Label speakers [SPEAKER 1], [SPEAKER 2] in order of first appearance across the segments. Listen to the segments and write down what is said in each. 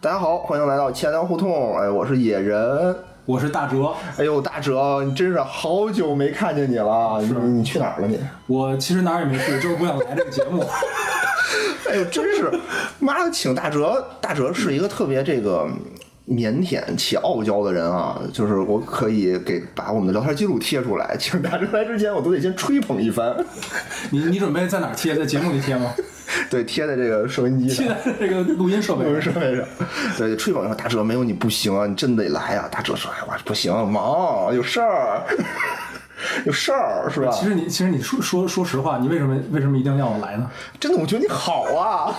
[SPEAKER 1] 大家好，欢迎来到钱粮胡同。哎，我是野人。
[SPEAKER 2] 我是大哲，
[SPEAKER 1] 哎呦，大哲，你真是好久没看见你了。你你去哪儿了你？
[SPEAKER 2] 我其实哪儿也没去，就是不想来这个节目。
[SPEAKER 1] 哎呦，真是，妈的，请大哲，大哲是一个特别这个腼腆且傲娇的人啊。就是我可以给把我们的聊天记录贴出来，请大哲来之前，我都得先吹捧一番。
[SPEAKER 2] 你你准备在哪儿贴？在节目里贴吗？
[SPEAKER 1] 对，贴在这个收音机上
[SPEAKER 2] 贴。在这个录音设备
[SPEAKER 1] 不
[SPEAKER 2] 上
[SPEAKER 1] 是。设备上。 对，吹捧说大哲没有你不行啊，你真得来啊。大哲说哎我不行，忙有事儿， 有事儿是吧？
[SPEAKER 2] 其实你其实你说说说实话，你为什么为什么一定要我来呢？
[SPEAKER 1] 真的，我觉得你好 啊。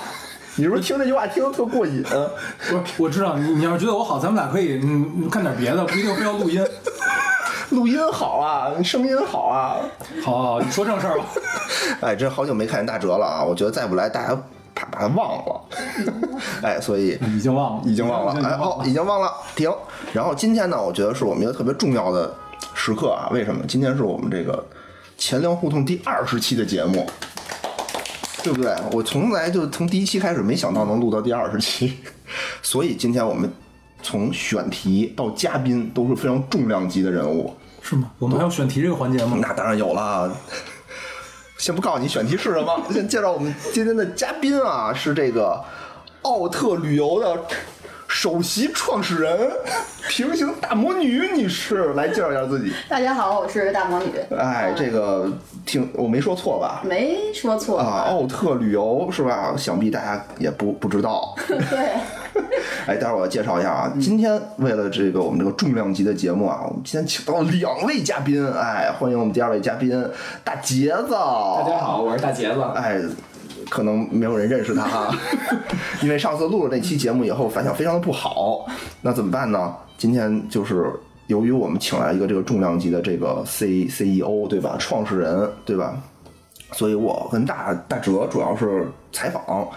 [SPEAKER 1] 你是不是听那句话听得特过瘾？
[SPEAKER 2] 我我知道你你要是觉得我好，咱们俩可以嗯干点别的，不一定非要录音。
[SPEAKER 1] 录音好啊，你声音好啊。
[SPEAKER 2] 好好，好你说正事儿吧。
[SPEAKER 1] 哎，真好久没看见大哲了啊！我觉得再不来，大家怕把他忘了。 哎，所以
[SPEAKER 2] 已经忘了，
[SPEAKER 1] 已经忘了，
[SPEAKER 2] 已
[SPEAKER 1] 哎，
[SPEAKER 2] 经
[SPEAKER 1] 好、
[SPEAKER 2] 忘了
[SPEAKER 1] 已经忘了，停。然后今天呢，我觉得是我们一个特别重要的时刻啊。为什么？今天是我们这个钱粮胡同第二十期的节目，对不对？我从来就从第一期开始，没想到能录到第二十期， 所以今天我们从选题到嘉宾都是非常重量级的人物。
[SPEAKER 2] 是吗？我们还有选题这个环节吗？
[SPEAKER 1] 嗯那当然有啦。先不告诉你选题是什么，先介绍我们今天的嘉宾啊，是这个奥特旅游的首席创始人平行大魔女女士，来介绍一下自己。
[SPEAKER 3] 大家好，我是大魔女，
[SPEAKER 1] 哎，这个听我没说错吧？
[SPEAKER 3] 没说错
[SPEAKER 1] 啊，奥特旅游是吧？想必大家也不不知道。
[SPEAKER 3] 对，
[SPEAKER 1] 哎，待会儿我要介绍一下啊。
[SPEAKER 4] 嗯
[SPEAKER 1] 今天为了这个我们这个重量级的节目啊，我们今天请到了两位嘉宾，哎，欢迎我们第二位嘉宾大杰子。大
[SPEAKER 4] 大家好，我是大杰子。
[SPEAKER 1] 哎，可能没有人认识他啊， 因为上次录了那期节目以后反响非常的不好，那怎么办呢？今天就是由于我们请来一个这个重量级的这个 C C E O 对吧，创始人对吧？所以我跟大大哲主要是采访。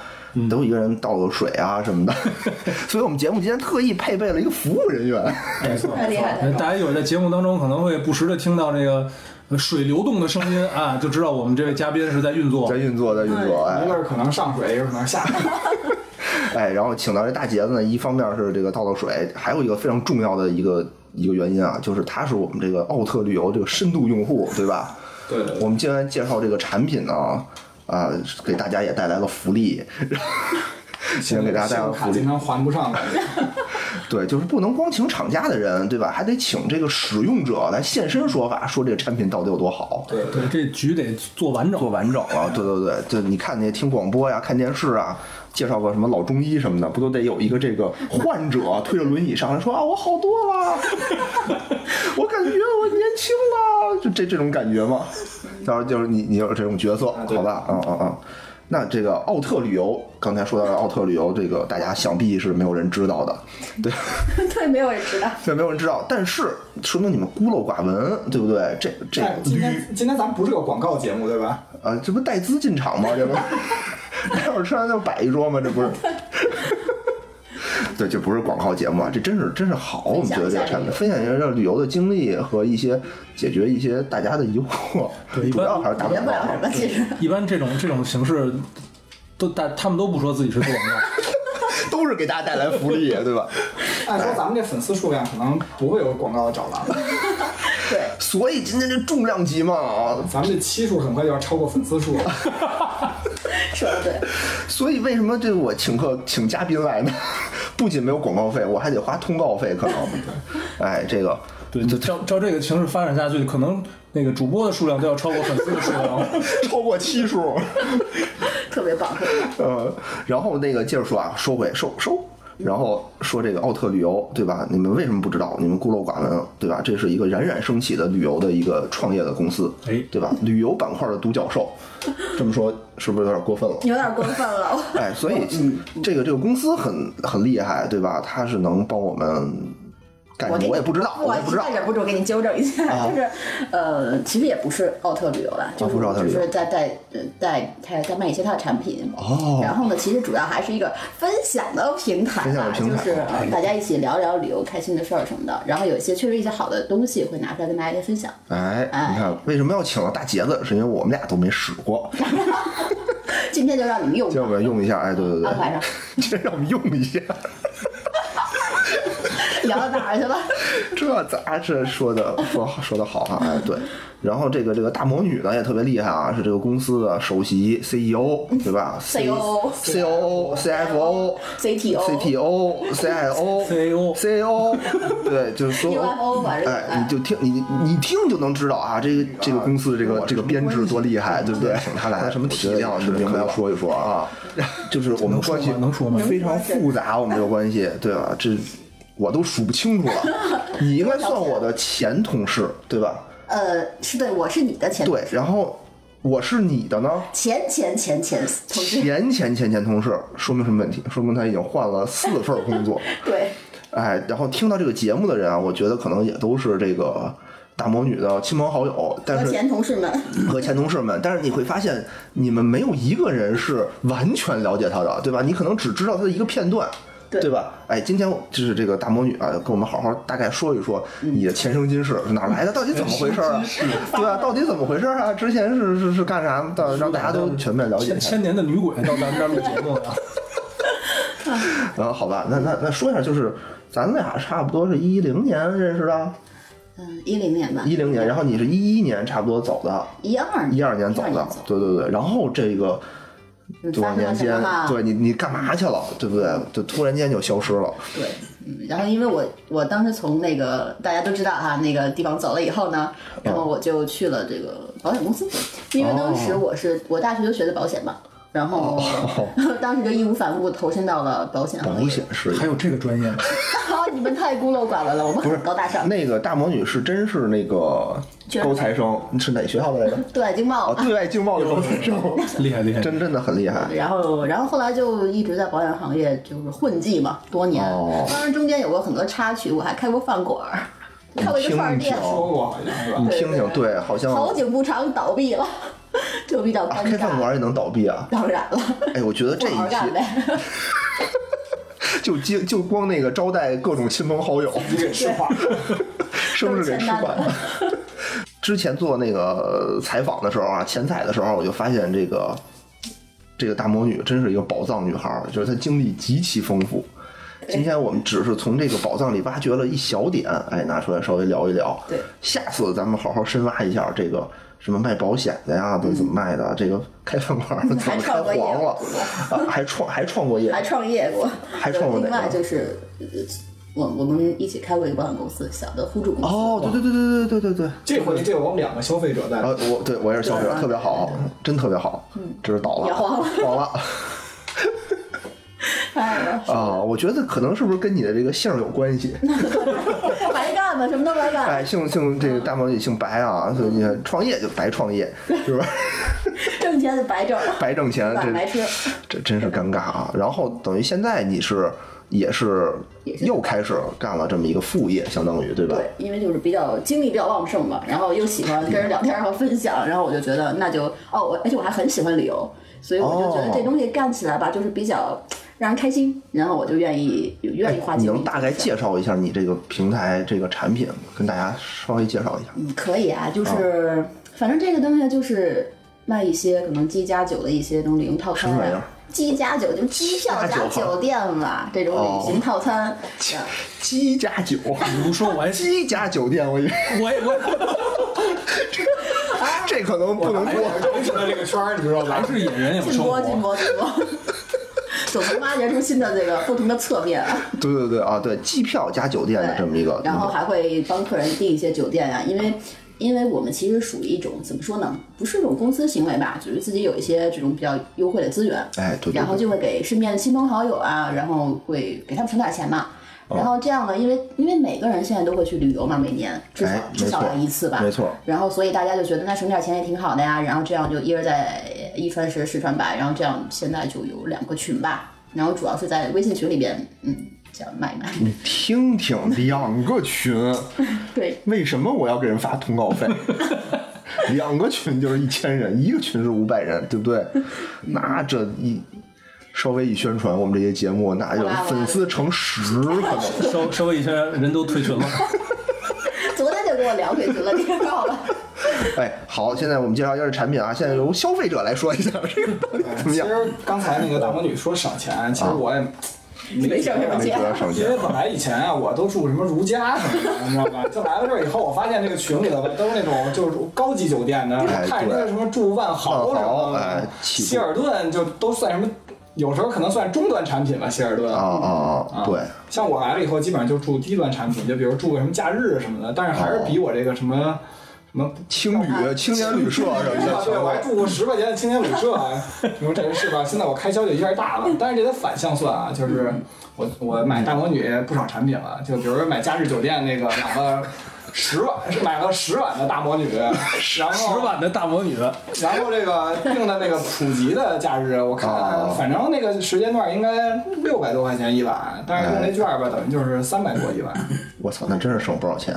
[SPEAKER 1] 都一个人倒个水啊什么的， 所以我们节目今天特意配备了一个服务人员。
[SPEAKER 2] 没错，
[SPEAKER 3] 太厉害了
[SPEAKER 2] 大家有在节目当中可能会不时的听到这个呃水流动的声音啊，就知道我们这位嘉宾是在运作
[SPEAKER 1] 在。运作，在运作，哎
[SPEAKER 4] 一，个是可能上水，一个可能下水。
[SPEAKER 1] 哎，然后请到这大杰子呢，一方面是这个倒倒水，还有一个非常重要的一个一个原因啊，就是他是我们这个奥特旅游这个深度用户，对吧？
[SPEAKER 4] 对对
[SPEAKER 1] 我们今天介绍这个产品呢，啊，给大家也带来了福利，先给大家带
[SPEAKER 4] 信
[SPEAKER 1] 来
[SPEAKER 4] 用
[SPEAKER 1] 了
[SPEAKER 4] 卡
[SPEAKER 1] 福
[SPEAKER 2] 嗯
[SPEAKER 4] 经
[SPEAKER 1] 利。
[SPEAKER 4] 常还不上，感觉。
[SPEAKER 1] 对，就是不能光请厂家的人，对吧？还得请这个使用者来现身说法，说这个产品到底有多好。
[SPEAKER 4] 对
[SPEAKER 2] 对，这局得做完整。
[SPEAKER 1] 做完整了，对对对，就你看那些听广播呀、看电视啊，介绍个什么老中医什么的，不都得有一个这个患者推着轮椅上来说啊，我好多了， 我感觉我年轻了，就这这种感觉嘛。当然就是你你有这种角色，
[SPEAKER 4] 对
[SPEAKER 1] 好吧？嗯嗯嗯。那这个奥特旅游，刚才说到的奥特旅游，这个大家想必是没有人知道的，对。
[SPEAKER 3] 对，没有人知道，
[SPEAKER 1] 对，没有人知道，但是说明你们孤陋寡闻，对不对？这这
[SPEAKER 4] 但今天 今天咱们不是个广告节目，对吧？
[SPEAKER 1] 啊，这不带资进场吗？ 这不，待会儿吃完就摆一桌吗？这 不是。对，这不是广告节目啊，这真是真是好，我们觉得这个产品，分享一下这旅游的经历和一些解决一些大家的疑惑，
[SPEAKER 2] 对 一
[SPEAKER 1] 主
[SPEAKER 2] 般
[SPEAKER 1] 要还是打
[SPEAKER 3] 也
[SPEAKER 1] 广
[SPEAKER 3] 不
[SPEAKER 1] 告
[SPEAKER 3] 了什
[SPEAKER 1] 啊。
[SPEAKER 3] 么，其实
[SPEAKER 2] 一般这种这种形式，都但他们都不说自己是做广告，
[SPEAKER 1] 都是给大家带来福利，对吧？
[SPEAKER 4] 按说咱们这粉丝数量可能不会有广告的找咱们，
[SPEAKER 3] 对，
[SPEAKER 1] 所以今天这重量级嘛，啊
[SPEAKER 4] 咱们这期数很快就要超过粉丝数了。
[SPEAKER 3] 说的对，
[SPEAKER 1] 所以为什么这我请客请嘉宾来呢？不仅没有广告费，我还得花通告费，可 能。哎，这个
[SPEAKER 2] 对，就照照这个形式发展下去，可能那个主播的数量都要超过粉丝的数量了。
[SPEAKER 1] 超过七数。
[SPEAKER 3] 特别棒，特别棒，
[SPEAKER 1] 呃，然后那个接着说啊，收回收收，然后说这个奥特旅游，对吧？你们为什么不知道？你们孤陋寡闻，对吧？这是一个冉冉升起的旅游的一个创业的公司，
[SPEAKER 2] 哎
[SPEAKER 1] 对吧？旅游板块的独角兽，这么说是不是有点过分了？
[SPEAKER 3] 有点过 分了，我
[SPEAKER 1] 哎，所以这个这个公司很很厉害，对吧？它是能帮我们干什么？
[SPEAKER 3] 给你
[SPEAKER 1] 哎我也不知道，我也不知道
[SPEAKER 3] 我。忍不住给你纠正一下，
[SPEAKER 1] 啊
[SPEAKER 3] 就是呃，其实也不是奥特旅游啦，就是
[SPEAKER 1] 不是奥
[SPEAKER 3] 我
[SPEAKER 1] 特
[SPEAKER 3] 只
[SPEAKER 1] 旅游
[SPEAKER 3] 是在在呃在在在卖一些它的产品。
[SPEAKER 1] 哦
[SPEAKER 3] 然后呢，其实主要还是一个分享的平台
[SPEAKER 1] 分享
[SPEAKER 3] 吧
[SPEAKER 1] 的，平
[SPEAKER 3] 就
[SPEAKER 1] 台哎
[SPEAKER 3] 是呃大家一起聊聊旅游开心的事儿什么的。然后有一些确实一些好的东西会拿出来跟大家分享。
[SPEAKER 1] 哎，
[SPEAKER 3] 哎
[SPEAKER 1] 你看为什么要请到大杰子？是因为我们俩都没使 过，
[SPEAKER 3] 今天就让你们用吧，
[SPEAKER 1] 叫我们用一下。哎，对对对
[SPEAKER 3] 安排上，
[SPEAKER 1] 今天让我们用一下。
[SPEAKER 3] 聊到哪儿去了？
[SPEAKER 1] 这咋这说的说说的好啊？哎，对，然后这个这个大魔女呢也特别厉害啊，是这个公司的首席 CEO 对吧 E
[SPEAKER 3] COO
[SPEAKER 1] COO CFO
[SPEAKER 3] CTO
[SPEAKER 1] CTO CIO
[SPEAKER 2] CAO
[SPEAKER 1] CAO 对，就是所有
[SPEAKER 3] UFO 反正
[SPEAKER 1] 哎，你就听你你一听就能知道啊，这个这个公司的这个这个编制多厉害，对不对？请他来什么体量，你就明白了。说一说啊，就是我们关系
[SPEAKER 2] 能说吗能说吗
[SPEAKER 1] 非常复杂，我们这个关系，对吧？这我都数不清楚了。你应该算我的前同事，对吧？
[SPEAKER 3] 呃，是对，我是你的前
[SPEAKER 1] 对，然后我是你的呢，
[SPEAKER 3] 前前前前同志，
[SPEAKER 1] 前前前前同事，说明什么问题？说明他已经换了四份工作。
[SPEAKER 3] 对，
[SPEAKER 1] 哎，然后听到这个节目的人啊，我觉得可能也都是这个大魔女的亲朋好友，
[SPEAKER 3] 和
[SPEAKER 1] 但是
[SPEAKER 3] 前同事们，
[SPEAKER 1] 和前同事们，但是你会发现，你们没有一个人是完全了解他的，对吧？你可能只知道他的一个片段，
[SPEAKER 3] 对
[SPEAKER 1] 吧？哎，今天就是这个大魔女啊，跟我们好好大概说一说你的前生今世是哪来的，到底怎么回事啊？对啊，到底怎么回事啊？之前是是是干啥的？到让大家都全面了解
[SPEAKER 2] 千
[SPEAKER 1] 一下。
[SPEAKER 2] 千年的女鬼到咱们这儿录节目了，
[SPEAKER 1] 然后嗯好吧，那那那说一下，就是咱俩差不多是一零年认识的，
[SPEAKER 3] 嗯，一零年吧，
[SPEAKER 1] 一零年，然后你是一一年差不多走的，
[SPEAKER 3] 一二
[SPEAKER 1] 一二年走
[SPEAKER 3] 12
[SPEAKER 1] 的，对对对，然后这个。
[SPEAKER 3] 嗯
[SPEAKER 1] 多少
[SPEAKER 3] 发生
[SPEAKER 1] 年
[SPEAKER 3] 了什
[SPEAKER 1] 间
[SPEAKER 3] 么吧，？
[SPEAKER 1] 对你你干嘛去了，对不对？就突然间就消失了，
[SPEAKER 3] 对，嗯然后因为我我当时从那个大家都知道哈那个地方走了以后呢，然
[SPEAKER 1] 嗯
[SPEAKER 3] 后我就去了这个保险公司，因为当
[SPEAKER 1] 哦
[SPEAKER 3] 时我是我大学就学的保险嘛，然后 当时就义无反顾地投身到了保险行
[SPEAKER 1] 哦保
[SPEAKER 3] 业。
[SPEAKER 1] 险事业
[SPEAKER 2] 还。有这个专业呢，
[SPEAKER 3] 啊， 你们太孤陋寡闻了，我们很高大上。
[SPEAKER 1] 那个大魔女是真是那个
[SPEAKER 3] 居然
[SPEAKER 1] 高材生，是哪学校的来 着？
[SPEAKER 3] 对外经贸
[SPEAKER 1] 啊，对外经贸的高材生，
[SPEAKER 2] 厉害厉害。
[SPEAKER 1] 真真的很厉害。
[SPEAKER 3] 然后，然后后来就一直在保险行业就是混迹嘛，多年。
[SPEAKER 1] 哦
[SPEAKER 3] 当然中间有过很多插曲，我还开过饭馆儿，开过一个串儿店
[SPEAKER 1] 你听，
[SPEAKER 4] 说过好像是吧
[SPEAKER 1] 你？听听，对，好像
[SPEAKER 3] 好
[SPEAKER 1] 啊，
[SPEAKER 3] 景不长，倒闭了，就比较尴尬。
[SPEAKER 1] 开饭馆也能倒闭啊！
[SPEAKER 3] 当然了，
[SPEAKER 1] 哎，我觉得 这
[SPEAKER 3] 不好
[SPEAKER 1] 一
[SPEAKER 3] 好干
[SPEAKER 1] 期
[SPEAKER 3] 呗。
[SPEAKER 1] 就接就光那个招待各种亲朋好友，
[SPEAKER 4] 给吃话，
[SPEAKER 1] 生日给吃
[SPEAKER 3] 都
[SPEAKER 1] 坏
[SPEAKER 3] 是欠单
[SPEAKER 1] 了。之前做那个采访的时候啊， 前采的时候，我就发现这个这个大魔女真是一个宝藏女孩儿，就是她经历极其丰富。今天我们只是从这个宝藏里挖掘了一小点，哎，拿出来稍微聊一聊。
[SPEAKER 3] 对，
[SPEAKER 1] 下次咱们好好深挖一下这个什么卖保险的呀，怎么怎么卖的，
[SPEAKER 3] 嗯
[SPEAKER 1] 这个开饭馆儿的怎么开黄了，啊还创还创过业，
[SPEAKER 3] 还创业过，
[SPEAKER 1] 还创过哪个啊
[SPEAKER 3] 另外就是，呃我我们一起开过一个保险公司，小的互助公司。
[SPEAKER 1] 哦，对对对对对对对对。
[SPEAKER 4] 这回这我们两个消费者在
[SPEAKER 1] 啊，我对我也是消费者，
[SPEAKER 3] 对嗯
[SPEAKER 1] 特别好，真特别好，只是倒了，
[SPEAKER 3] 也黄了
[SPEAKER 1] 黄 了
[SPEAKER 3] 哎呀，
[SPEAKER 1] 啊！我觉得可能是不是跟你的这个姓儿有关系？
[SPEAKER 3] 白干吧，什么都白干。
[SPEAKER 1] 哎，姓姓这个大毛姐姓白啊，所以你看创业就白创 业，是不是？
[SPEAKER 3] 挣钱就白挣，
[SPEAKER 1] 白挣钱，
[SPEAKER 3] 晚白
[SPEAKER 1] 这
[SPEAKER 3] 吃。
[SPEAKER 1] 这真是尴尬啊！然后等于现在你是也是
[SPEAKER 3] 也是
[SPEAKER 1] 又开始干了这么一个副业，相当于对吧？
[SPEAKER 3] 对，因为就是比较精力比较旺盛吧，然后又喜欢跟人聊天和分享，然后我就觉得那就哦，我而且我还很喜欢旅游，所以我就觉得
[SPEAKER 1] 哦
[SPEAKER 3] 这东西干起来吧，就是比较让人开心，然后我就愿意愿意花
[SPEAKER 1] 你
[SPEAKER 3] 精力。
[SPEAKER 1] 能大概介绍一下你这个平台这个产品，跟大家稍微介绍一下？
[SPEAKER 3] 嗯，可以啊，就是、反正这个东西就是卖一些可能鸡加酒的一些那种旅游套
[SPEAKER 1] 什
[SPEAKER 3] 餐、
[SPEAKER 1] 么玩意儿
[SPEAKER 3] 啊。鸡加酒就是机票
[SPEAKER 1] 鸡加酒
[SPEAKER 3] 加酒店吧，这种旅行套餐。
[SPEAKER 1] 哦
[SPEAKER 3] 嗯
[SPEAKER 1] 鸡加酒，
[SPEAKER 2] 你不说我还
[SPEAKER 1] 鸡加酒店，我以为。
[SPEAKER 2] 我也我
[SPEAKER 1] 这可能不能说。
[SPEAKER 4] 我进了这个圈儿，你知道
[SPEAKER 2] 还
[SPEAKER 4] 吧？
[SPEAKER 2] 是演员有
[SPEAKER 3] 禁
[SPEAKER 2] 生
[SPEAKER 3] 播禁
[SPEAKER 2] 活，
[SPEAKER 3] 播禁播， 总能挖掘出新的这个不同的侧面啊。
[SPEAKER 1] 对对对啊，对机票加酒店的这么一个，嗯
[SPEAKER 3] 然后还会帮客人订一些酒店啊，因为因为我们其实属于一种怎么说呢，不是一种公司行为吧，就是自己有一些这种比较优惠的资源，
[SPEAKER 1] 哎对对
[SPEAKER 3] 然后
[SPEAKER 1] 对，
[SPEAKER 3] 就会给身边的亲朋好友啊，然后会给他们省点钱嘛。
[SPEAKER 1] 哦
[SPEAKER 3] 然后这样呢，因为因为每个人现在都会去旅游嘛，每年至少、
[SPEAKER 1] 哎
[SPEAKER 3] 至少
[SPEAKER 1] 没
[SPEAKER 3] 要
[SPEAKER 1] 错
[SPEAKER 3] 一次吧，
[SPEAKER 1] 没错
[SPEAKER 3] 然后所以大家就觉得那省点钱也挺好的呀，然后这样就一而再，一传十，十传百，然后这样现在就有两个群吧，然后主要是在微信群里边，嗯，这样卖卖，
[SPEAKER 1] 你听听两个群，
[SPEAKER 3] 对，
[SPEAKER 1] 为什么我要给人发通告 费？两个群就是一千人，一个群是五百人，对不对？那这一稍微一宣传，我们这些节目，那有粉丝乘十可能。
[SPEAKER 2] 稍稍微一下人都退群了，
[SPEAKER 3] 昨天就给我聊退群了，你知道吧？
[SPEAKER 1] 哎，好，现在我们介绍一下这产品啊，现在由消费者来说一下这个到底怎么
[SPEAKER 4] 其
[SPEAKER 1] 样。
[SPEAKER 4] 实刚才那个大魔女说省钱，其实我也
[SPEAKER 3] 没事儿，没
[SPEAKER 1] 没
[SPEAKER 3] 事
[SPEAKER 1] 必要
[SPEAKER 3] 儿。
[SPEAKER 1] 上
[SPEAKER 4] 因
[SPEAKER 1] 街
[SPEAKER 4] 为。本来以前啊，我都住什么如家什么的，你知道吧？就来了这儿以后，我发现这个群里头都是那种就是高级酒店的，
[SPEAKER 1] 哎
[SPEAKER 4] 看人家
[SPEAKER 1] 对
[SPEAKER 4] 什么住万豪什么
[SPEAKER 1] 万豪哎
[SPEAKER 4] 的，
[SPEAKER 1] 起步
[SPEAKER 4] 希尔顿就都算什么，有时候可能算中端产品吧，希尔顿
[SPEAKER 1] 啊。啊啊！对，
[SPEAKER 4] 像我来了以后，基本上就住低端产品，就比如住个什么假日什么的，但是
[SPEAKER 1] 哦
[SPEAKER 4] 还是比我这个什么什么
[SPEAKER 1] 青旅、青年旅社什么的，
[SPEAKER 4] 对，我还住过十块钱的青年旅社啊。你说这个是吧？现在我开销就有点大了，但是这得反向算啊，就是
[SPEAKER 1] 嗯
[SPEAKER 4] 我我买大魔女不少产品了，就比如说买假日酒店那个买了十万，是买了十碗的大魔 女，然后
[SPEAKER 2] 十碗的大魔女，
[SPEAKER 4] 然后这个定的那个普及的假日，我看
[SPEAKER 1] 哦
[SPEAKER 4] 反正那个时间段应该六百多块钱一晚，但是用那券儿吧，等于就是三百多一晚。
[SPEAKER 1] 我操，那真是省不少钱。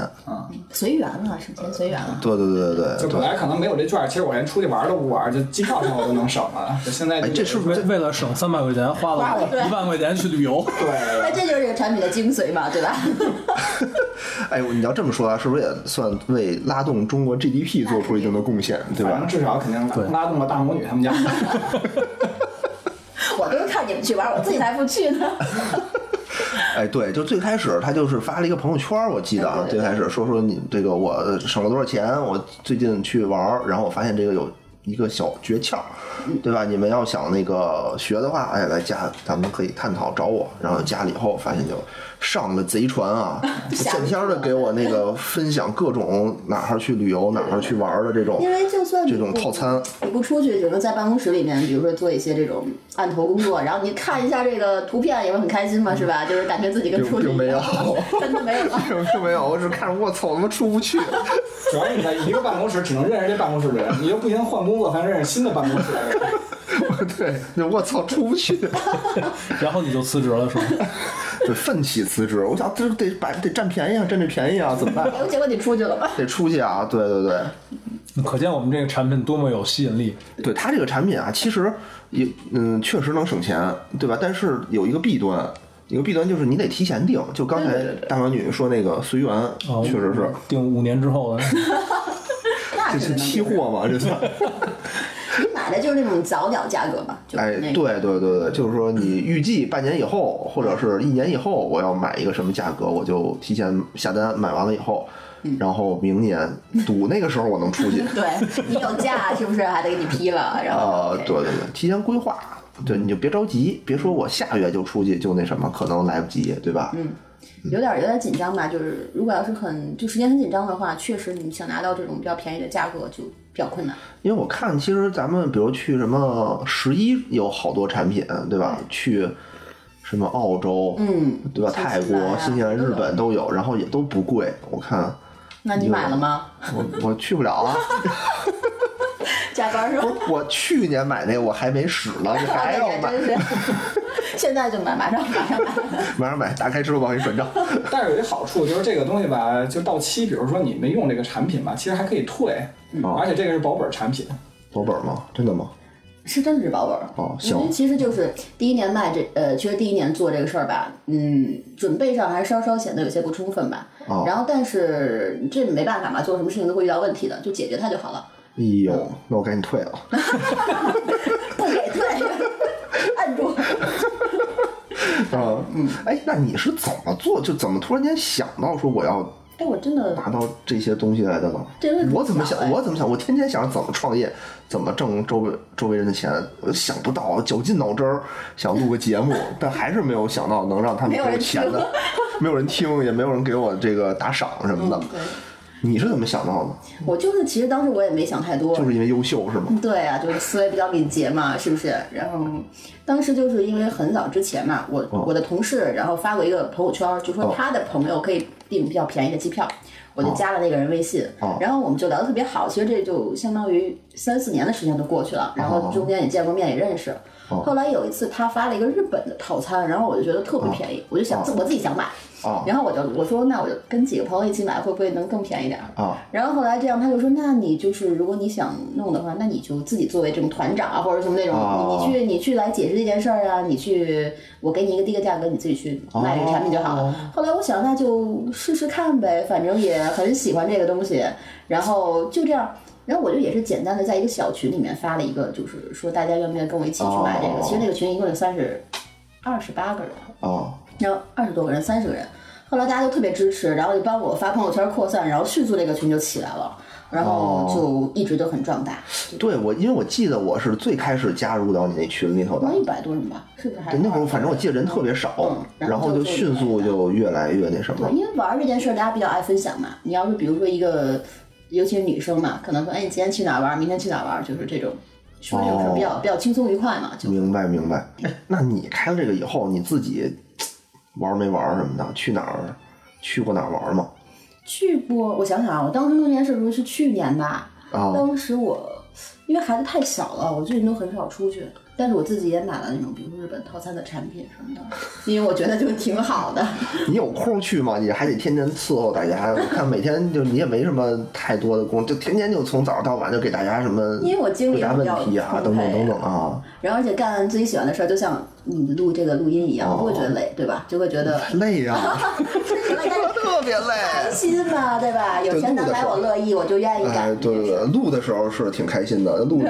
[SPEAKER 3] 随缘了，省钱随缘啊了。
[SPEAKER 1] 对对对对
[SPEAKER 4] 就
[SPEAKER 1] 对呃
[SPEAKER 4] 本
[SPEAKER 1] 对。
[SPEAKER 4] 来可能没有这券儿，其实我连出去玩儿都不玩儿，就机票钱我都能省了。就现在就
[SPEAKER 1] 哎，这是不
[SPEAKER 2] 为
[SPEAKER 1] 是
[SPEAKER 2] 为了省三百块钱，花
[SPEAKER 3] 花
[SPEAKER 2] 了
[SPEAKER 3] 了
[SPEAKER 2] 一万块钱去旅游。
[SPEAKER 4] 对
[SPEAKER 3] 那这就是这个产品的精髓嘛，对吧？
[SPEAKER 1] 哎，你要这么说啊，是不是也算为拉动中国 GDP 做出一定的贡献，
[SPEAKER 3] 嗯
[SPEAKER 1] 对
[SPEAKER 4] 反正
[SPEAKER 1] 吧？
[SPEAKER 4] 至少肯定拉拉动了大魔女他 们家。
[SPEAKER 3] 我都是看你们去玩，我自己才不去 呢。
[SPEAKER 1] 哎，对，就最开始他就是发了一个朋友圈，我记得啊，
[SPEAKER 3] 对对
[SPEAKER 1] 最
[SPEAKER 3] 对
[SPEAKER 1] 开始说说你这个我省了多少钱，我最近去玩儿，然后我发现这个有一个小诀窍，
[SPEAKER 3] 嗯
[SPEAKER 1] 对吧？你们要想那个学的话，哎，来加咱们可以探讨找我，然后加了以后发现就上了贼船 啊，
[SPEAKER 3] 吓
[SPEAKER 1] 见
[SPEAKER 3] 死
[SPEAKER 1] 天儿的
[SPEAKER 3] 了
[SPEAKER 1] 给我那个分享各种哪儿去旅游哪儿去玩儿的这种
[SPEAKER 3] 因为就算你
[SPEAKER 1] 这种
[SPEAKER 3] 不
[SPEAKER 1] 套餐。
[SPEAKER 3] 你不出去，比如说在办公室里面，比如说做一些这种案头工作，然后你看一下这个图片，也会很开心嘛，是吧？就是感觉自己跟
[SPEAKER 1] 并
[SPEAKER 3] 出去
[SPEAKER 1] 并嗯
[SPEAKER 3] 一
[SPEAKER 1] 没有
[SPEAKER 3] 样， 真的没有吗？
[SPEAKER 1] 并并没有，我只是看着我操，他妈出不去。
[SPEAKER 4] 主要是你在一个办公室只能认识这办公室的人，你就不停换工作，还认识新的办公室的人。
[SPEAKER 1] 对，就我操，出不去，
[SPEAKER 2] 然后你就辞职了是吗？
[SPEAKER 1] 对，奋起辞职。我想，这得把得占便宜啊，占这便宜啊，怎么办？
[SPEAKER 3] 结果你出去了 吧？
[SPEAKER 1] 得出去啊！对对对，
[SPEAKER 2] 可见我们这个产品多么有吸引力。
[SPEAKER 1] 对它这个产品啊，其实也嗯，确实能省钱，对吧？但是有一个弊端，有个弊端就是你得提前订。就刚才大美女说那个随缘，
[SPEAKER 2] 哦
[SPEAKER 1] 确实是，
[SPEAKER 2] 定五年之后的，
[SPEAKER 3] 那
[SPEAKER 1] 这
[SPEAKER 3] 是
[SPEAKER 1] 是
[SPEAKER 3] 能
[SPEAKER 1] 批货嘛，这算。
[SPEAKER 3] 你买的就是那种早鸟价格嘛，就是
[SPEAKER 1] 哎，
[SPEAKER 3] 那
[SPEAKER 1] 对
[SPEAKER 3] 个。
[SPEAKER 1] 对对对，就是说你预计半年以后或者是一年以后，我要买一个什么价格，我就提前下单，买完了以后，
[SPEAKER 3] 嗯
[SPEAKER 1] 然后明 年赌那个时候我能出去。
[SPEAKER 3] 对你有价是不是还得给你批了？ 然后
[SPEAKER 1] 啊，对对对，提前规划，对，你就别着急，别说我下月就出去就那什么，可能来不及，对吧？嗯，
[SPEAKER 3] 有点有点紧张吧，就是如果要是很就时间很紧张的话，确实你想拿到这种比较便宜的价格就比较困难。
[SPEAKER 1] 因为我看其实咱们比如去什么十一有好多产品，对吧？去什么澳洲，
[SPEAKER 3] 嗯，
[SPEAKER 1] 对吧？
[SPEAKER 3] 新西
[SPEAKER 1] 泰国
[SPEAKER 3] 兰啊、
[SPEAKER 1] 新西兰、
[SPEAKER 3] 都
[SPEAKER 1] 日
[SPEAKER 3] 有
[SPEAKER 1] 本都有，然后也都不贵，我看。
[SPEAKER 3] 那你买了吗？
[SPEAKER 1] 我 我去不了啊！
[SPEAKER 3] 加班是吧？
[SPEAKER 1] 我去年买那个我还没使呢，你还 要买？
[SPEAKER 3] 哎真是，现在就买，马上马上买。
[SPEAKER 1] 马上买，打开支付宝给你转账。
[SPEAKER 4] 但是有一好处就是这个东西吧，就到期，比如说你没用这个产品吧，其实还可以退，
[SPEAKER 1] 嗯哦
[SPEAKER 4] 而且这个是保本产品。
[SPEAKER 1] 保本吗？真的吗？
[SPEAKER 3] 是真的是保本儿
[SPEAKER 1] 哦
[SPEAKER 3] 因为
[SPEAKER 1] 行
[SPEAKER 3] 其实就是第一年卖这呃，其实第一年做这个事儿吧，嗯，准备上还是稍稍显得有些不充分吧。
[SPEAKER 1] 哦
[SPEAKER 3] 然后但是这没办法嘛，做什么事情都会遇到问题的，就解决它就好了，
[SPEAKER 1] 哎
[SPEAKER 3] 嗯
[SPEAKER 1] 呦，那我赶紧退 了。
[SPEAKER 3] 不给退， 按住。
[SPEAKER 1] 啊，嗯，哎，那你是怎么做？就怎么突然间想到说我要
[SPEAKER 3] 哎，我真的
[SPEAKER 1] 拿到这些东西来的呢？
[SPEAKER 3] 这个很
[SPEAKER 1] 我怎么
[SPEAKER 3] 巧
[SPEAKER 1] 想？
[SPEAKER 3] 哎
[SPEAKER 1] 我怎么想？我天天想怎么创业，怎么挣周围周围人的钱，我想不到，绞尽脑汁儿想录个节目，但还是没有想到能让他们
[SPEAKER 3] 没
[SPEAKER 1] 给
[SPEAKER 3] 有
[SPEAKER 1] 我
[SPEAKER 3] 人
[SPEAKER 1] 钱的，没有人听，也没有人给我这个打赏什么的。
[SPEAKER 3] 对，
[SPEAKER 1] 你是怎么想到的？
[SPEAKER 3] 我就是其实当时我也没想太多，
[SPEAKER 1] 就是因为优秀是吗？
[SPEAKER 3] 对啊，就是思维比较敏捷嘛，是不是？然后当时就是因为很早之前嘛，我、
[SPEAKER 1] 哦
[SPEAKER 3] 我的同事然后发过一个朋友圈，就说他的朋友可以订比较便宜的机票，我就加了那个人微信，
[SPEAKER 1] 哦
[SPEAKER 3] 然后我们就聊得特别好，其实这就相当于三四年的时间都过去了，然
[SPEAKER 1] 哦
[SPEAKER 3] 后中间也见过面，也认识。后来有一次他发了一个日本的套餐，然后我就觉得特别便宜，我就想、我自己想买，
[SPEAKER 1] 哦
[SPEAKER 3] 然后我就我说那我就跟几个朋友一起买，会不会能更便宜点儿？
[SPEAKER 1] 啊，
[SPEAKER 3] 然后后来这样，他就说：“那你就是如果你想弄的话，那你就自己作为这种团长啊，或者什么那种，
[SPEAKER 1] 哦
[SPEAKER 3] 你你去你去来解释这件事儿啊，你去我给你一个低个价格，你自己去卖这个产品就好
[SPEAKER 1] 哦
[SPEAKER 3] 了。后来我想，那就试试看呗，反正也很喜欢这个东西，然后就这样。然后我就也是简单的在一个小群里面发了一个，就是说大家愿不愿意跟我一起去买这个？
[SPEAKER 1] 哦
[SPEAKER 3] 其实那个群一共有三十二十八个人，
[SPEAKER 1] 哦，
[SPEAKER 3] 然后二十多个人，三十个人。后来大家都特别支持，然后就帮我发朋友圈扩散，然后迅速这个群就起来了，然后
[SPEAKER 1] 哦
[SPEAKER 3] 就一直都很壮大，
[SPEAKER 1] 对我，因为我记得我是最开始加入到你那群里头的
[SPEAKER 3] 好像，一百多人吧，是不是还？
[SPEAKER 1] 对，那会儿反正我记得人特别少
[SPEAKER 3] 嗯，然
[SPEAKER 1] 然后
[SPEAKER 3] 后
[SPEAKER 1] 就
[SPEAKER 3] 就
[SPEAKER 1] 迅速就越来越那什么
[SPEAKER 3] 对，。因为玩儿这件事儿大家比较爱分享嘛。你要是比如说一个，尤其是女生嘛，可能说，哎，你今天去哪儿玩儿，明天去哪儿玩儿，就是这种说这种事儿比
[SPEAKER 1] 哦
[SPEAKER 3] 较、比较轻松愉快嘛。就
[SPEAKER 1] 明白明白。哎，那你开了这个以后，你自己玩没玩什么的？去哪儿？去过哪儿玩吗？
[SPEAKER 3] 去过，我想想啊，我当时做这件事儿的时候是去年吧，
[SPEAKER 1] 啊，
[SPEAKER 3] 当时我因为孩子太小了，我最近都很少出去。但是我自己也买了那种，比如说日本套餐的产品什么的， 因为我觉得就挺好的。
[SPEAKER 1] 你有空去吗？你还得天天伺候大家。我看每天就你也没什么太多的工，就天天就从早到晚就给大家什么
[SPEAKER 3] 因为我精力
[SPEAKER 1] 回答
[SPEAKER 3] 比
[SPEAKER 1] 问
[SPEAKER 3] 较
[SPEAKER 1] 题啊，
[SPEAKER 3] 充
[SPEAKER 1] 等
[SPEAKER 3] 沛
[SPEAKER 1] 等等等 啊，
[SPEAKER 3] 然后而且干自己喜欢的事儿，就像你录这个录音一样，不会
[SPEAKER 1] 哦
[SPEAKER 3] 觉得累，对吧？就会觉 得
[SPEAKER 1] 累啊呀、
[SPEAKER 3] 但是
[SPEAKER 1] 特别累。
[SPEAKER 3] 开心嘛，对吧？有钱能来我乐意，我就愿意
[SPEAKER 1] 哎，
[SPEAKER 3] 干。
[SPEAKER 1] 对对对，录的时候是挺开心的，录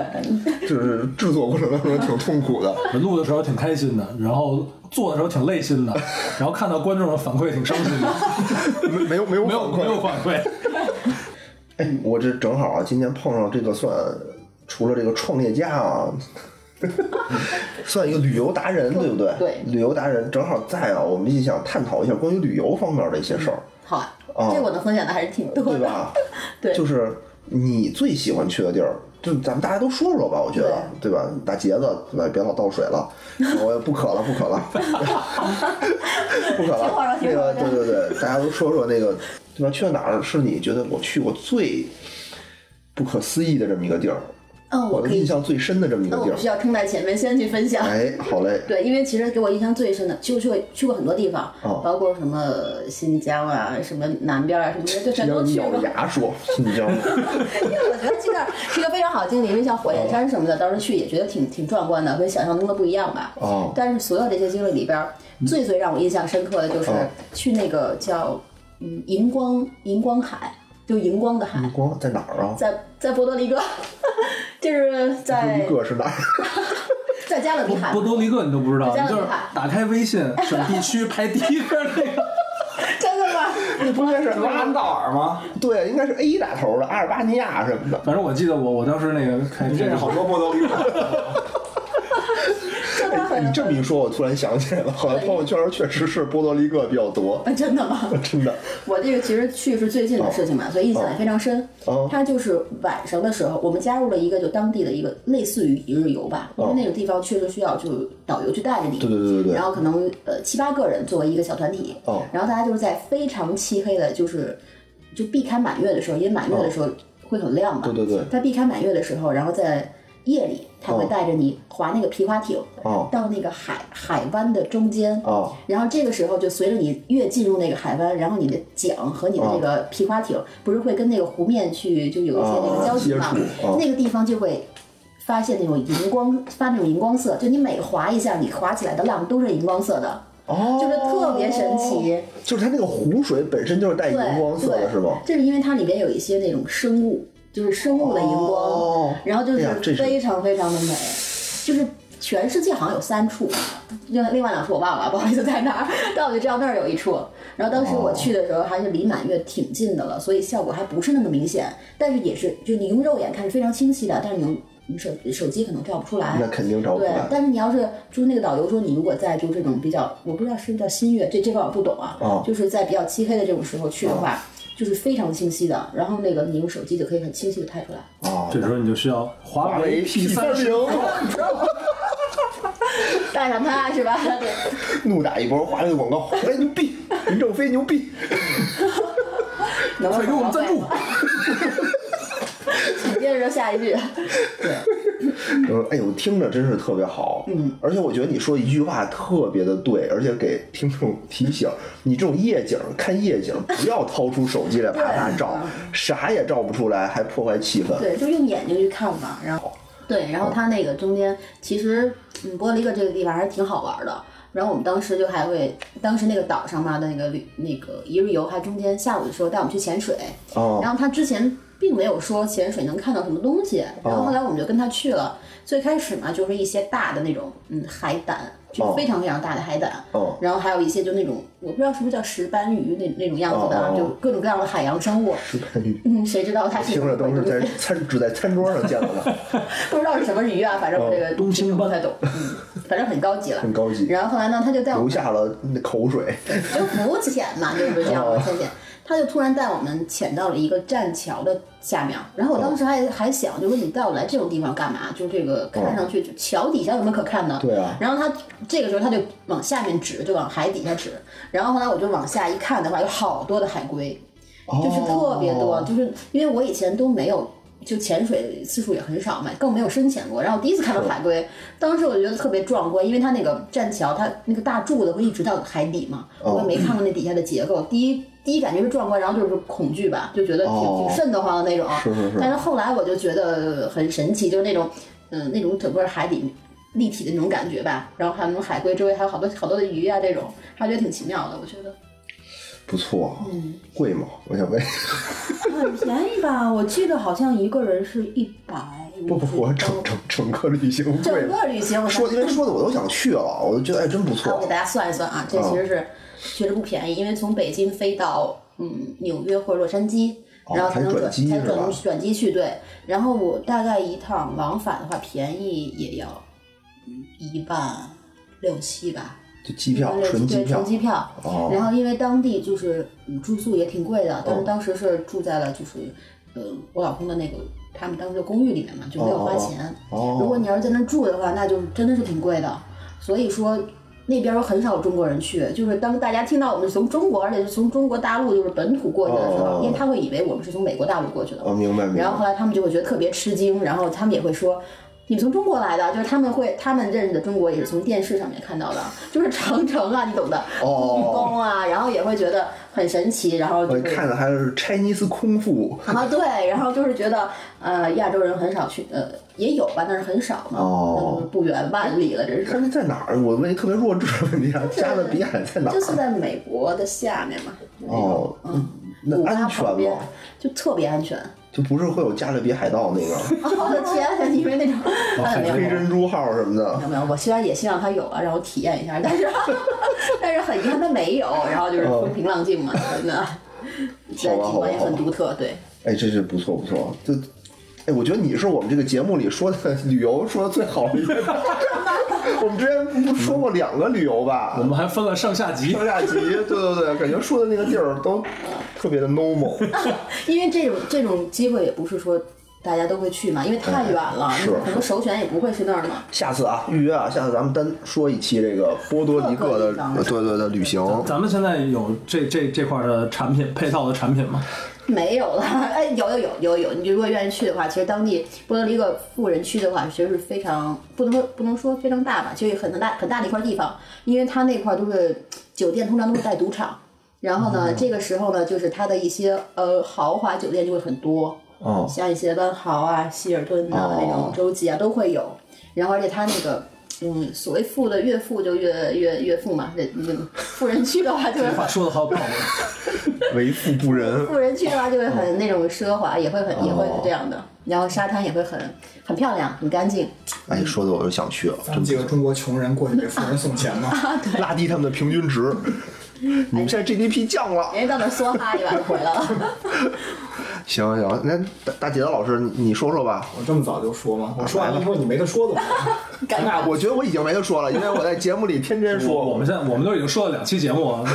[SPEAKER 1] 就是制作过程当中挺痛苦的。
[SPEAKER 2] 录的时候挺开心的，然后做的时候挺累心的，然后看到观众的反馈挺伤心的，
[SPEAKER 1] 没没有没有
[SPEAKER 2] 没有
[SPEAKER 1] 反馈
[SPEAKER 2] 没有反馈，
[SPEAKER 1] 哎，我这正好啊，今天碰上这个算除了这个创业家啊， 算一个旅游达人，对不对？
[SPEAKER 3] 对
[SPEAKER 1] 旅游达人正好在啊，我们一起想探讨一下关于旅游方面的一些事儿，
[SPEAKER 3] 好啊
[SPEAKER 1] 哦，
[SPEAKER 3] 这我能分享的还是挺多
[SPEAKER 1] 对
[SPEAKER 3] 的。
[SPEAKER 1] 吧？
[SPEAKER 3] 对
[SPEAKER 1] 就是你最喜欢去的地儿。就咱们大家都说说吧，我觉得，对吧？大杰子，对吧？别老倒水 了，我也不渴了，不渴了，不渴
[SPEAKER 3] 听会儿
[SPEAKER 1] 了
[SPEAKER 3] 吧。
[SPEAKER 1] 那
[SPEAKER 3] 听会
[SPEAKER 1] 个，
[SPEAKER 3] 儿吧
[SPEAKER 1] 对对对，大家都说说那个，对吧？去了哪儿是你觉得我去过最不可思议的这么一个地儿？
[SPEAKER 3] 嗯，
[SPEAKER 1] 我
[SPEAKER 3] 我
[SPEAKER 1] 的
[SPEAKER 3] 可
[SPEAKER 1] 印
[SPEAKER 3] 以，嗯
[SPEAKER 1] 象最深的这么一个
[SPEAKER 3] 那我
[SPEAKER 1] 地儿
[SPEAKER 3] 必须。要冲在前面先去分享。
[SPEAKER 1] 哎，好嘞，
[SPEAKER 3] 对，因为其实给我印象最深的，就去过去过很多地方
[SPEAKER 1] 哦，
[SPEAKER 3] 包括什么新疆啊、什么南边啊、什么的，就全
[SPEAKER 1] 要
[SPEAKER 3] 都去
[SPEAKER 1] 咬
[SPEAKER 3] 过
[SPEAKER 1] 着。牙说，新疆。
[SPEAKER 3] 因为我觉得 这个是一个非常好的经历，因为像火焰山什么的，当时去也觉得挺挺壮观的，跟想象中的不一样吧。
[SPEAKER 1] 哦嗯
[SPEAKER 3] 但是所有这些经历里边儿，最最让我印象深刻的就是
[SPEAKER 1] 哦
[SPEAKER 3] 去那个叫嗯荧光荧光海，就荧光的海，
[SPEAKER 1] 你光在哪儿啊？
[SPEAKER 3] 在在波多黎各， 这是在
[SPEAKER 1] 一个是哪 儿？
[SPEAKER 3] 在加勒比海
[SPEAKER 2] 波，多黎各你都不知道，
[SPEAKER 3] 加
[SPEAKER 2] 你
[SPEAKER 3] 勒比
[SPEAKER 2] 就是
[SPEAKER 3] 海
[SPEAKER 2] 打开微信选地区排第一个那个，
[SPEAKER 3] 真的吗？
[SPEAKER 1] 那不应该是
[SPEAKER 4] 不是安道尔吗？
[SPEAKER 1] 对，应该是 A 打头的阿尔巴尼亚什么的。
[SPEAKER 2] 反正我记得我我当时那个开
[SPEAKER 4] 你认识好多波多 黎各。
[SPEAKER 3] 真的
[SPEAKER 1] 哎你
[SPEAKER 3] 很
[SPEAKER 1] 这么一说，我突然想起来了，好像朋友圈确实是波多黎各比较多，
[SPEAKER 3] 啊真的吗？
[SPEAKER 1] 真的。
[SPEAKER 3] 我这个其实去是最近的事情嘛，所以印象也非常深
[SPEAKER 1] 哦。
[SPEAKER 3] 它就是晚上的时候，我们加入了一个就当地的一个类似于一日游吧，因为那种地方确实需要就导游去带着你。
[SPEAKER 1] 哦对对对对对
[SPEAKER 3] 然后可能呃七八个人作为一个小团体
[SPEAKER 1] 哦，
[SPEAKER 3] 然后大家就是在非常漆黑的，就是就避开满月的时候，因为满月的时候会很亮嘛。
[SPEAKER 1] 哦对对对
[SPEAKER 3] 在避开满月的时候，然后在夜里，他会
[SPEAKER 1] 哦
[SPEAKER 3] 带着你划那个皮划艇
[SPEAKER 1] 哦
[SPEAKER 3] 到那个海海湾的中间
[SPEAKER 1] 哦
[SPEAKER 3] 然后这个时候就随着你越进入那个海湾，然后你的桨和你的那个皮划艇不是会跟那个湖面去就有一些那个交集嘛
[SPEAKER 1] 啊啊接触啊，
[SPEAKER 3] 那个地方就会。发现那种荧光，发那种荧光色，就你每划一下，你划起来的浪都是荧光色的，
[SPEAKER 1] 哦，
[SPEAKER 3] 就是特别神奇。，
[SPEAKER 1] 就是它那个湖水本身就是带
[SPEAKER 3] 对
[SPEAKER 1] 哦哎荧光色的，
[SPEAKER 3] 对
[SPEAKER 1] 是吗？
[SPEAKER 3] 这是因为它里边有一些那种生物，就是生物的荧光，
[SPEAKER 1] 哦
[SPEAKER 3] 然后就
[SPEAKER 1] 哎呀这
[SPEAKER 3] 是
[SPEAKER 1] 是
[SPEAKER 3] 非常非常的美，就是全世界好像有三处，另另外两处我忘了，不好意思在哪儿，但我就知道那儿有一处。然后当时
[SPEAKER 1] 哦
[SPEAKER 3] 我去的时候还是离满月挺近的了，所以效果还不是那么明显，但是也是就你用肉眼看是非常清晰的，但是你用你手手机可能照不出来。
[SPEAKER 1] 那肯定找不出
[SPEAKER 3] 对，
[SPEAKER 1] 来。
[SPEAKER 3] 但是你要是就是那个导游说，你如果在就这种比较，我不知道是不是叫新月，这这块我不懂啊，
[SPEAKER 1] 哦
[SPEAKER 3] 就是在比较漆黑的这种时候去的话，就是非常清晰的，然后那个你用手机就可以很清晰的拍出来。
[SPEAKER 1] 啊，
[SPEAKER 2] 这时候你就需要华
[SPEAKER 1] 华
[SPEAKER 2] 为
[SPEAKER 1] 为
[SPEAKER 2] P
[SPEAKER 1] P
[SPEAKER 2] 三
[SPEAKER 1] 三
[SPEAKER 2] 十
[SPEAKER 1] 零，
[SPEAKER 3] 带上它是吧？对，
[SPEAKER 1] 怒打一波华为的广告，华为牛逼，任正非牛逼。
[SPEAKER 3] 能
[SPEAKER 2] 快给我们赞助。
[SPEAKER 3] 紧 接着就下一句，
[SPEAKER 1] 嗯，哎呦，听着真是特别好，嗯，而且我觉得你说一句话特别的对，而且给听众提醒，你这种夜景看夜景，不要掏出手机来啪啪照，啥也照不出来，还破坏气氛。
[SPEAKER 3] 啊对，就用眼睛去看嘛，然后对，
[SPEAKER 1] 哦
[SPEAKER 3] 然后它那个中间其实嗯，波利格这个地方还是挺好玩的。然后我们当时就还会，当时那个岛上嘛，那个旅那个一日游还中间下午的时候带我们去潜水，
[SPEAKER 1] 哦
[SPEAKER 3] 然后他之前并没有说潜水能看到什么东西。然
[SPEAKER 1] 哦
[SPEAKER 3] 后后来我们就跟他去了，最开始嘛就是一些大的那种嗯海胆，就
[SPEAKER 1] 哦
[SPEAKER 3] 非常非常大的海胆。
[SPEAKER 1] 哦
[SPEAKER 3] 然后还有一些就那种我不知道是不是叫石斑鱼那那种样子的啊，
[SPEAKER 1] 哦哦哦
[SPEAKER 3] 就各种各样的海洋生物。
[SPEAKER 1] 石斑鱼，
[SPEAKER 3] 嗯，谁知道它是
[SPEAKER 1] 听着都是在餐只在餐桌上见到 的，
[SPEAKER 3] 不知道是什么鱼啊，反正我这
[SPEAKER 1] 哦
[SPEAKER 3] 个
[SPEAKER 2] 东星斑
[SPEAKER 3] 不太懂，嗯，反正很高级了
[SPEAKER 1] 很。高级，
[SPEAKER 3] 然后后来呢，他就带我
[SPEAKER 1] 留
[SPEAKER 3] 们
[SPEAKER 1] 下了那口水。
[SPEAKER 3] 就浮潜嘛，就是这样
[SPEAKER 1] 哦
[SPEAKER 3] 我们潜潜。他就突然带我们潜到了一个栈桥的下面，然后我
[SPEAKER 1] 哦
[SPEAKER 3] 当时还、还想，就说你带我来这种地方干嘛？就这个看上去就桥底下有什么可看的？
[SPEAKER 1] 对啊
[SPEAKER 3] 然后他这个时候他就往下面指，就往海底下指。然后后来我就往下一看的话，有好多的海龟，就是特别多，
[SPEAKER 1] 哦
[SPEAKER 3] 就是因为我以前都没有。就潜水次数也很少嘛，更没有深潜过。然后我第一次看到海龟，当时我就觉得特别壮观，因为它那个栈桥，它那个大柱子会一直到海底嘛，
[SPEAKER 1] 哦
[SPEAKER 3] 我也没看过那底下的结构。第一第一感觉是壮观，然后就是恐惧吧，就觉得挺、
[SPEAKER 1] 哦
[SPEAKER 3] 挺瘆得慌的那种。啊
[SPEAKER 1] 是是是
[SPEAKER 3] 但是后来我就觉得很神奇，就是那种嗯那种整个海底立体的那种感觉吧。然后还有那种海龟周围还有好多好多的鱼啊，这种还觉得挺奇妙的，我觉得。
[SPEAKER 1] 不错，啊
[SPEAKER 3] 嗯，
[SPEAKER 1] 贵吗？我想问，
[SPEAKER 3] 很便宜吧？我记得好像一个人是一百。
[SPEAKER 1] 不不
[SPEAKER 3] 嗯
[SPEAKER 1] 不，整整整个旅行贵
[SPEAKER 3] 整
[SPEAKER 1] 吗？
[SPEAKER 3] 个旅行，我
[SPEAKER 1] 说因为说的我都想去了，我就觉得哎真不
[SPEAKER 3] 啊，我给
[SPEAKER 1] 错嗯
[SPEAKER 3] 大家算一算啊，这其实是确实不便宜，因为从北京飞到嗯纽约或者洛杉矶，
[SPEAKER 1] 哦
[SPEAKER 3] 然后才能
[SPEAKER 1] 还转机
[SPEAKER 3] 才
[SPEAKER 1] 是
[SPEAKER 3] 转
[SPEAKER 1] 吧
[SPEAKER 3] 转机去对。然后我大概一趟往返的话，便宜也要嗯一万六七吧，
[SPEAKER 1] 就机票
[SPEAKER 3] 嗯对
[SPEAKER 1] 纯机
[SPEAKER 3] 对
[SPEAKER 1] 票
[SPEAKER 3] 纯机票。
[SPEAKER 1] 哦
[SPEAKER 3] 然后因为当地就是嗯住宿也挺贵的，但是当时是住在了就是呃我老公的那个他们当时的公寓里面嘛，就没有花钱。如果
[SPEAKER 1] 哦，
[SPEAKER 3] 你要是在那儿住的话，那就是真的是挺贵的。所以说那边儿很少有中国人去，就是当大家听到我们是从中国，而且是从中国大陆就是本土过去的时候，
[SPEAKER 1] 哦嗯
[SPEAKER 3] 因为他会以为我们是从美国大陆过去的
[SPEAKER 1] 我哦明白明
[SPEAKER 3] 然后
[SPEAKER 1] 白
[SPEAKER 3] 后来他们就会觉得特别吃惊，然后他们也会说。你们从中国来的，就是他们会，他们认识的中国也是从电视上面看到的，就是长城啊，你懂的，故
[SPEAKER 1] 哦，
[SPEAKER 3] 宫啊，然后也会觉得很神奇，然后就
[SPEAKER 1] 我
[SPEAKER 3] 会
[SPEAKER 1] 看的还是 Chinese 空腹
[SPEAKER 3] 啊，对，然后就是觉得，呃，亚洲人很少去，呃，也有吧，但是很少嘛，
[SPEAKER 1] 哦
[SPEAKER 3] 那就是不远万里了，这
[SPEAKER 1] 他
[SPEAKER 3] 是。
[SPEAKER 1] 们在哪儿？我问一特别弱智的问题啊，加勒比海在哪
[SPEAKER 3] 就是
[SPEAKER 1] 儿？
[SPEAKER 3] 在美国的下面嘛，
[SPEAKER 1] 哦，
[SPEAKER 3] 古
[SPEAKER 1] 那
[SPEAKER 3] 巴
[SPEAKER 1] 安全
[SPEAKER 3] 旁边
[SPEAKER 1] 吗？
[SPEAKER 3] 就特别安全。
[SPEAKER 1] 就不是会有加勒比海盗那个
[SPEAKER 3] 我的天，因为那种， 哎没有没
[SPEAKER 1] 黑
[SPEAKER 3] 有没有
[SPEAKER 1] 珍珠号什么的？
[SPEAKER 3] 没有，我虽然也希望他有啊，让我体验一下，但是 但是很遗憾他没有，然后就是
[SPEAKER 1] 哦
[SPEAKER 3] 风平浪静嘛，那自然景
[SPEAKER 1] 好吧
[SPEAKER 3] 观也
[SPEAKER 1] 好吧
[SPEAKER 3] 很独特，对。
[SPEAKER 1] 哎，这是不错不错，就。哎，我觉得你是我们这个节目里说的旅游说的最好的一个。 我们之前不说过两个旅游吧？
[SPEAKER 2] 我们还分了上下集
[SPEAKER 1] 上，下集，对对对，感觉说的那个地儿都特别的 normal。
[SPEAKER 3] 因为这种这种机会也不是说大家都会去嘛，因为太远了，
[SPEAKER 1] 是
[SPEAKER 3] 你可能首选也不会去那儿嘛。
[SPEAKER 1] 下次啊，预约啊，下次咱们单说一期这个波多黎各 的
[SPEAKER 3] 各个地方，的
[SPEAKER 1] 对对对，旅行。
[SPEAKER 2] 咱们现在有这这这块的产品配套的产品吗？
[SPEAKER 3] 没有了， 哎，有有有有有，你如果愿意去的话，其实当地波多黎各富人区的话，其实是非常不能说不能说非常大吧，其实也很大很大的一块地方，因为它那块都是酒店通常都会带赌场，然后呢，这个时候呢，就是它的一些呃豪华酒店就会很多，
[SPEAKER 1] 哦，
[SPEAKER 3] 像一些湾豪啊、希尔顿啊、
[SPEAKER 1] 哦
[SPEAKER 3] 那种洲际啊都会有。然后而且它那个，嗯，所谓富的越富就越越越富嘛，这嗯富人区的话就会
[SPEAKER 2] 这话
[SPEAKER 3] 很。
[SPEAKER 2] 啊说的好有道理。
[SPEAKER 1] 为富不仁。
[SPEAKER 3] 富人区的话就会很那种奢华，也会很也会
[SPEAKER 1] 哦
[SPEAKER 3] 是这样的。然后沙滩也会很很漂亮，很 干净。
[SPEAKER 1] 哎，说的我就想去了，
[SPEAKER 4] 咱
[SPEAKER 1] 真
[SPEAKER 4] 们几
[SPEAKER 1] 不
[SPEAKER 4] 个中国穷人过去给富人送钱 嘛，
[SPEAKER 1] 拉低他们的平均 值。你们现在 GDP 降了。
[SPEAKER 3] 人家到那儿梭哈一晚就回来了。
[SPEAKER 1] 行行，那大大姐的老师，你你说说吧。
[SPEAKER 4] 我这么早就说吗？我说完了以后你没得说怎么 办？
[SPEAKER 3] 尴尬
[SPEAKER 1] 我觉得我已经没得说了，因为我在节目里天真
[SPEAKER 2] 我
[SPEAKER 1] 说，
[SPEAKER 2] 我们现在我们都已经说了两期节目了，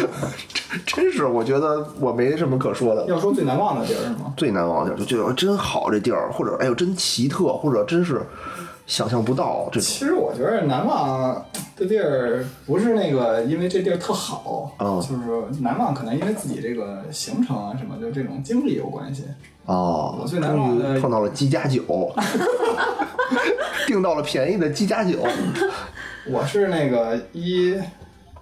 [SPEAKER 1] 真是我觉得我没什么可说的。
[SPEAKER 4] 要说最难忘的地儿是吗？
[SPEAKER 1] 最难忘的地儿就觉得真好这地儿，或者哎呦真奇特，或者真是想象不到这种。
[SPEAKER 4] 其实我觉得难忘这地儿不是那个，因为这地儿特好，
[SPEAKER 1] 嗯
[SPEAKER 4] 就是难忘可能因为自己这个行程啊什么，就这种经历有关系。
[SPEAKER 1] 哦
[SPEAKER 4] 我，最难
[SPEAKER 1] 终
[SPEAKER 4] 忘的
[SPEAKER 1] 于碰到了鸡加酒， 订到了便宜的鸡加 酒。
[SPEAKER 4] 我是那个一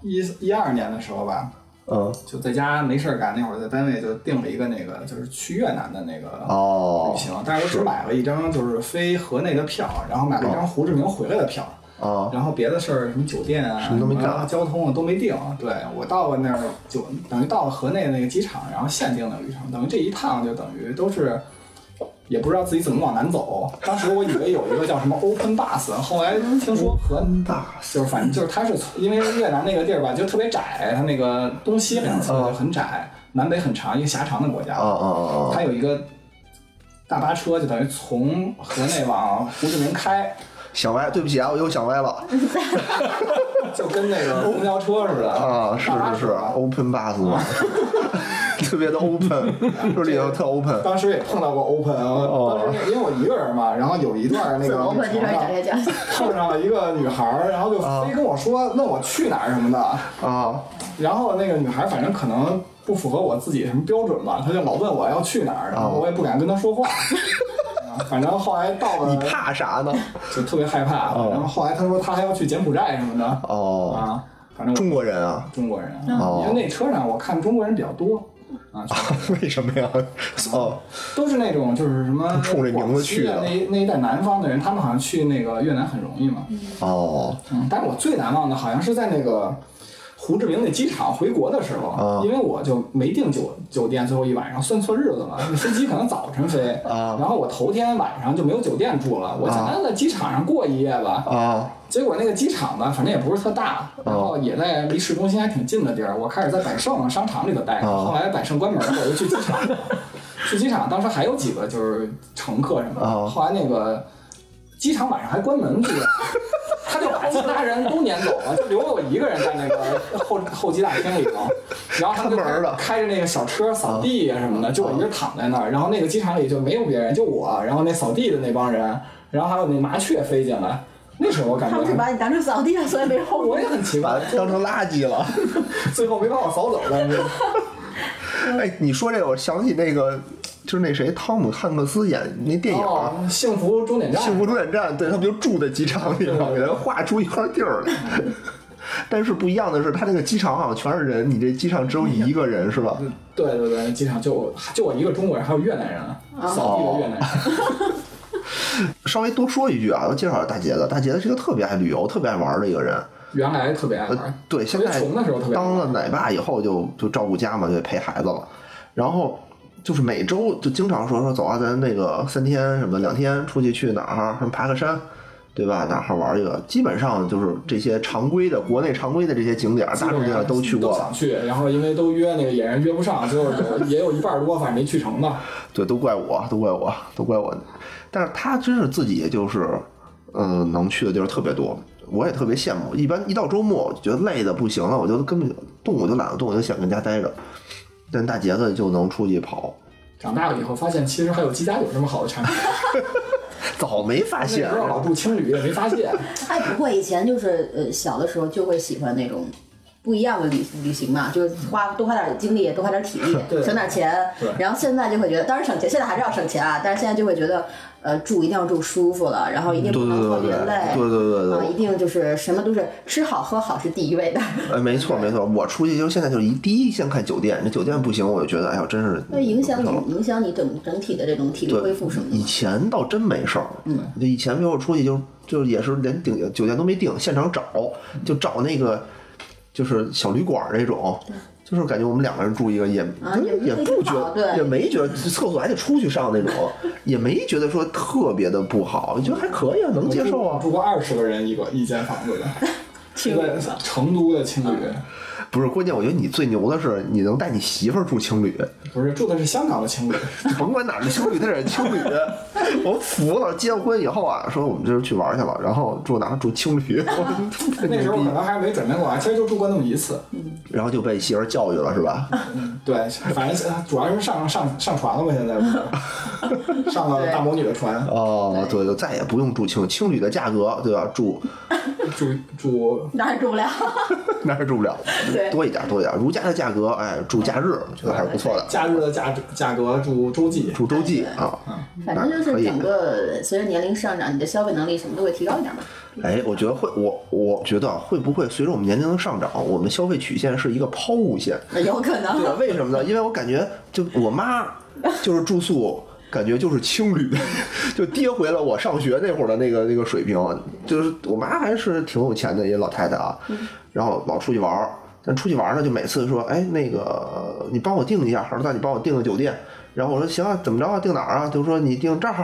[SPEAKER 4] 一一二年的时候吧，
[SPEAKER 1] 嗯，
[SPEAKER 4] 就在家没事儿干，那会儿在单位就订了一个那个就是去越南的那个
[SPEAKER 1] 哦
[SPEAKER 4] 旅行，但是我只买了一张就是飞河内的票，然后买了一张胡志明回来的票。
[SPEAKER 1] 啊，
[SPEAKER 4] 然后别的事儿，什么酒店啊，
[SPEAKER 1] 什么都没干
[SPEAKER 4] 然后交通啊都没定。对我到了那儿就等于到了河内那个机场，然后现定的旅程，等于这一趟就等于都是也不知道自己怎么往南走。当时我以为有一个叫什么 Open Bus，后来听说和
[SPEAKER 1] 大
[SPEAKER 4] 就是反正就是它是从因为越南那个地儿吧，就特别窄，它那个东西两侧就很窄，南北很长，一个狭长的国家。
[SPEAKER 1] 啊啊啊
[SPEAKER 4] 它
[SPEAKER 1] 啊！
[SPEAKER 4] 有一个大巴车，就等于从河内往胡志明开，
[SPEAKER 1] 想歪，对不起啊，我又想歪 了
[SPEAKER 4] 就跟那个公交车似的
[SPEAKER 1] 哦啊！是
[SPEAKER 4] 大巴
[SPEAKER 1] 是是
[SPEAKER 4] 车啊
[SPEAKER 1] ，open bus 嘛， 特别的 open，说里头特 open
[SPEAKER 4] 当时也碰到过 open，呃
[SPEAKER 1] 哦
[SPEAKER 4] 当时因为我一个人嘛，然后有一段那
[SPEAKER 3] 怎
[SPEAKER 4] 个
[SPEAKER 3] 么会这边讲 讲讲？
[SPEAKER 4] 碰上了一个女孩儿，然后就
[SPEAKER 1] 哦
[SPEAKER 4] 非跟我说问我去哪儿什么的，
[SPEAKER 1] 啊
[SPEAKER 4] 然后那个女孩儿反正可能不符合我自己什么标准吧，她就老问我要去哪儿，然后我也不敢跟 她说话。啊反正后来到了
[SPEAKER 1] 你怕啥呢？
[SPEAKER 4] 就特别害怕，
[SPEAKER 1] 哦
[SPEAKER 4] 然后后来她说她还要去柬埔寨什么的
[SPEAKER 1] 哦，
[SPEAKER 4] 啊，反正我
[SPEAKER 1] 中国人啊，
[SPEAKER 4] 中国人，
[SPEAKER 1] 哦
[SPEAKER 4] 因为那车上我看中国人比较多啊，
[SPEAKER 1] 为什么呀？哦，
[SPEAKER 4] 都是那种就是什么
[SPEAKER 1] 冲这名字去的
[SPEAKER 4] 广西啊那那一带南方的人，他们好像去那个越南很容易嘛。
[SPEAKER 1] 哦，
[SPEAKER 4] 嗯，但是我最难忘的好像是在那个胡志明那机场回国的时候，
[SPEAKER 1] 啊
[SPEAKER 4] 因为我就没订酒酒店，最后一晚上算错日子了，那飞机可能早晨飞，
[SPEAKER 1] 啊
[SPEAKER 4] 然后我头天晚上就没有酒店住了，我想
[SPEAKER 1] 啊
[SPEAKER 4] 那在机场上过一夜吧。
[SPEAKER 1] 啊
[SPEAKER 4] 结果那个机场吧，反正也不是特大，然后也在离市中心还挺近的地儿。我开始在百盛商场里头待着，
[SPEAKER 1] 啊
[SPEAKER 4] 后来百盛关门了，我就去机场了。去机场当时还有几个就是乘客什么
[SPEAKER 1] 啊
[SPEAKER 4] 的，后来那个机场晚上还关门去了。他就把其他人都撵走了，就留我一个人在那个后后机大厅里头，然后他们就
[SPEAKER 1] 看门儿的
[SPEAKER 4] 开着那个小车扫地啊什么的，
[SPEAKER 1] 嗯
[SPEAKER 4] 就我一个人躺在那儿。然后那个机场里就没有别人，就我，然后那扫地的那帮人，然后还有那麻雀飞进来。那时候我感觉
[SPEAKER 3] 他们只把你当成扫地了，所以没后
[SPEAKER 4] 我也很奇
[SPEAKER 1] 把
[SPEAKER 4] 怪，
[SPEAKER 1] 它当成垃圾了。
[SPEAKER 4] 最后没把我扫走，但是
[SPEAKER 1] 哎，你说这个，我想起那个，就是那谁，汤姆汉克斯演那电影啊儿
[SPEAKER 4] 哦，幸福 终点
[SPEAKER 1] 《
[SPEAKER 4] 站，
[SPEAKER 1] 幸福终点站》，对他们就住在机场里头，
[SPEAKER 4] 对
[SPEAKER 1] 给他划出一块地儿来。 但是不一样的是，他那个机场好像全是人，你这机场只有一个人是吧？
[SPEAKER 4] 对对对，机场就我就我一个中国人，还有越南人，啊扫地的越南人，
[SPEAKER 1] 哦稍微多说一句啊，要介绍一下大杰子。大杰子是一个特别爱旅游、特别爱玩的一个人。
[SPEAKER 4] 原来特别爱
[SPEAKER 1] 呃
[SPEAKER 4] 玩，，
[SPEAKER 1] 对，
[SPEAKER 4] 特
[SPEAKER 1] 现
[SPEAKER 4] 别
[SPEAKER 1] 在
[SPEAKER 4] 穷的时候特别爱
[SPEAKER 1] 当
[SPEAKER 4] 玩
[SPEAKER 1] 了奶爸以后就就照顾家嘛，就得陪孩子了。然后就是每周就经常说说走啊，咱那个三天什么的，两天出去去哪儿，什么爬个山，对吧？哪儿玩一个，基本上就是这些常规的国内常规的这些景点儿，大众景点儿都去过了
[SPEAKER 4] 想。去，然后因为都约那个野人约不上，最后有也有一半多，反正没去成吧。
[SPEAKER 1] 对，都怪我，都怪我，都怪我。但是他真是自己就是，呃，能去的地儿特别多，我也特别羡慕。一般一到周末，我就觉得累的不行了，我就根本就动我就懒得动，我就想跟家待着。但大杰子就能出去跑，
[SPEAKER 4] 长大了以后发现，其实还有鸡加酒这么好的产品，
[SPEAKER 1] 早没发
[SPEAKER 4] 那时
[SPEAKER 1] 现。
[SPEAKER 4] 候老住青旅也没发现。
[SPEAKER 3] 哎，不会，以前就是呃，小的时候就会喜欢那种不一样的旅旅行嘛，就是花多花点精力，多花点体 力
[SPEAKER 4] 对，
[SPEAKER 3] 省点钱
[SPEAKER 4] 对。
[SPEAKER 3] 然后现在就会觉得，当然省钱，现在还是要省钱啊，但是现在就会觉得，呃，住一定要住舒服了，然后一定
[SPEAKER 1] 对
[SPEAKER 3] 不
[SPEAKER 1] 对
[SPEAKER 3] 能
[SPEAKER 1] 对
[SPEAKER 3] 特
[SPEAKER 1] 对
[SPEAKER 3] 别累。
[SPEAKER 1] 对对对
[SPEAKER 3] 啊，一
[SPEAKER 1] 对，
[SPEAKER 3] 定就是什么都是吃好喝好是第一位的。
[SPEAKER 1] 呃，没错没错，我出去就现在就是一第一先看酒店，这酒店不行，我就觉得哎呦，真是
[SPEAKER 3] 那影响你影响你整整体的这种体力
[SPEAKER 1] 对
[SPEAKER 3] 恢复什么的嗯
[SPEAKER 1] 以
[SPEAKER 3] 吗。
[SPEAKER 1] 前倒真没事儿，就以前比如我出去就就也是连订酒店都没订，现场找
[SPEAKER 3] 嗯
[SPEAKER 1] 就找那个就是小旅馆儿那种，就是感觉我们两个人住一个也、
[SPEAKER 3] 啊也
[SPEAKER 1] 也
[SPEAKER 3] 没
[SPEAKER 1] 不
[SPEAKER 3] 不
[SPEAKER 1] 觉
[SPEAKER 3] 好对
[SPEAKER 1] 也没觉得厕所还得出去上那 种，也没觉得说特别的不好，觉得还可以啊，能 接受
[SPEAKER 4] 我
[SPEAKER 3] 嗯
[SPEAKER 1] 啊。
[SPEAKER 4] 住过二十个人一个一间房子 的，
[SPEAKER 3] 青
[SPEAKER 4] 是
[SPEAKER 3] 旅
[SPEAKER 4] 在
[SPEAKER 1] 嗯
[SPEAKER 4] 成都的青旅，
[SPEAKER 1] 不是，关键我觉得你最牛的是你能带你媳妇儿住青旅，
[SPEAKER 4] 不是住的是香港的青旅。
[SPEAKER 1] 甭管哪儿的青旅，它是青旅，我服了。结婚以后啊，说我们这是去玩儿去了，然后住哪儿住青旅，我特
[SPEAKER 4] 那时候
[SPEAKER 1] 牛逼嗯
[SPEAKER 4] 可能还没准备过啊，其实就住过那么一次。
[SPEAKER 1] 然后就被媳妇儿教育了，是吧？
[SPEAKER 4] 对，反正主要是上上上船了嘛，现在 不是上了大魔女的船，
[SPEAKER 1] 哦，对对，再也不用住青青旅的价格，对吧？住
[SPEAKER 4] 住住
[SPEAKER 3] 哪儿也住不了，
[SPEAKER 1] 那是住不了，
[SPEAKER 3] 对
[SPEAKER 1] 多一点多一点。如家的价格，哎，住假日觉得还是不错的，
[SPEAKER 4] 假日的价价格住洲际，
[SPEAKER 1] 住洲际啊。
[SPEAKER 3] 反正就
[SPEAKER 1] 可
[SPEAKER 3] 是
[SPEAKER 1] 以
[SPEAKER 3] 整个随着年龄上涨，你的消费能力什么都会提高一点嘛。
[SPEAKER 1] 哎，我觉得会，我我觉得啊会不会随着我们年龄的上涨，我们消费曲线是一个抛物线？
[SPEAKER 3] 那有可 能。
[SPEAKER 1] 对，为什么呢？因为我感觉，就我妈就是住宿，感觉就是青旅， 就跌回了我上学那会儿的那个那个水平。就是我妈还是挺有钱的，也老太太啊，然后老出去玩儿。但出去玩儿呢，就每次说，哎，那个你帮我订一下，儿子，你帮我订个酒店。然后我说行啊，怎么着啊，定哪儿啊？就说你定这儿，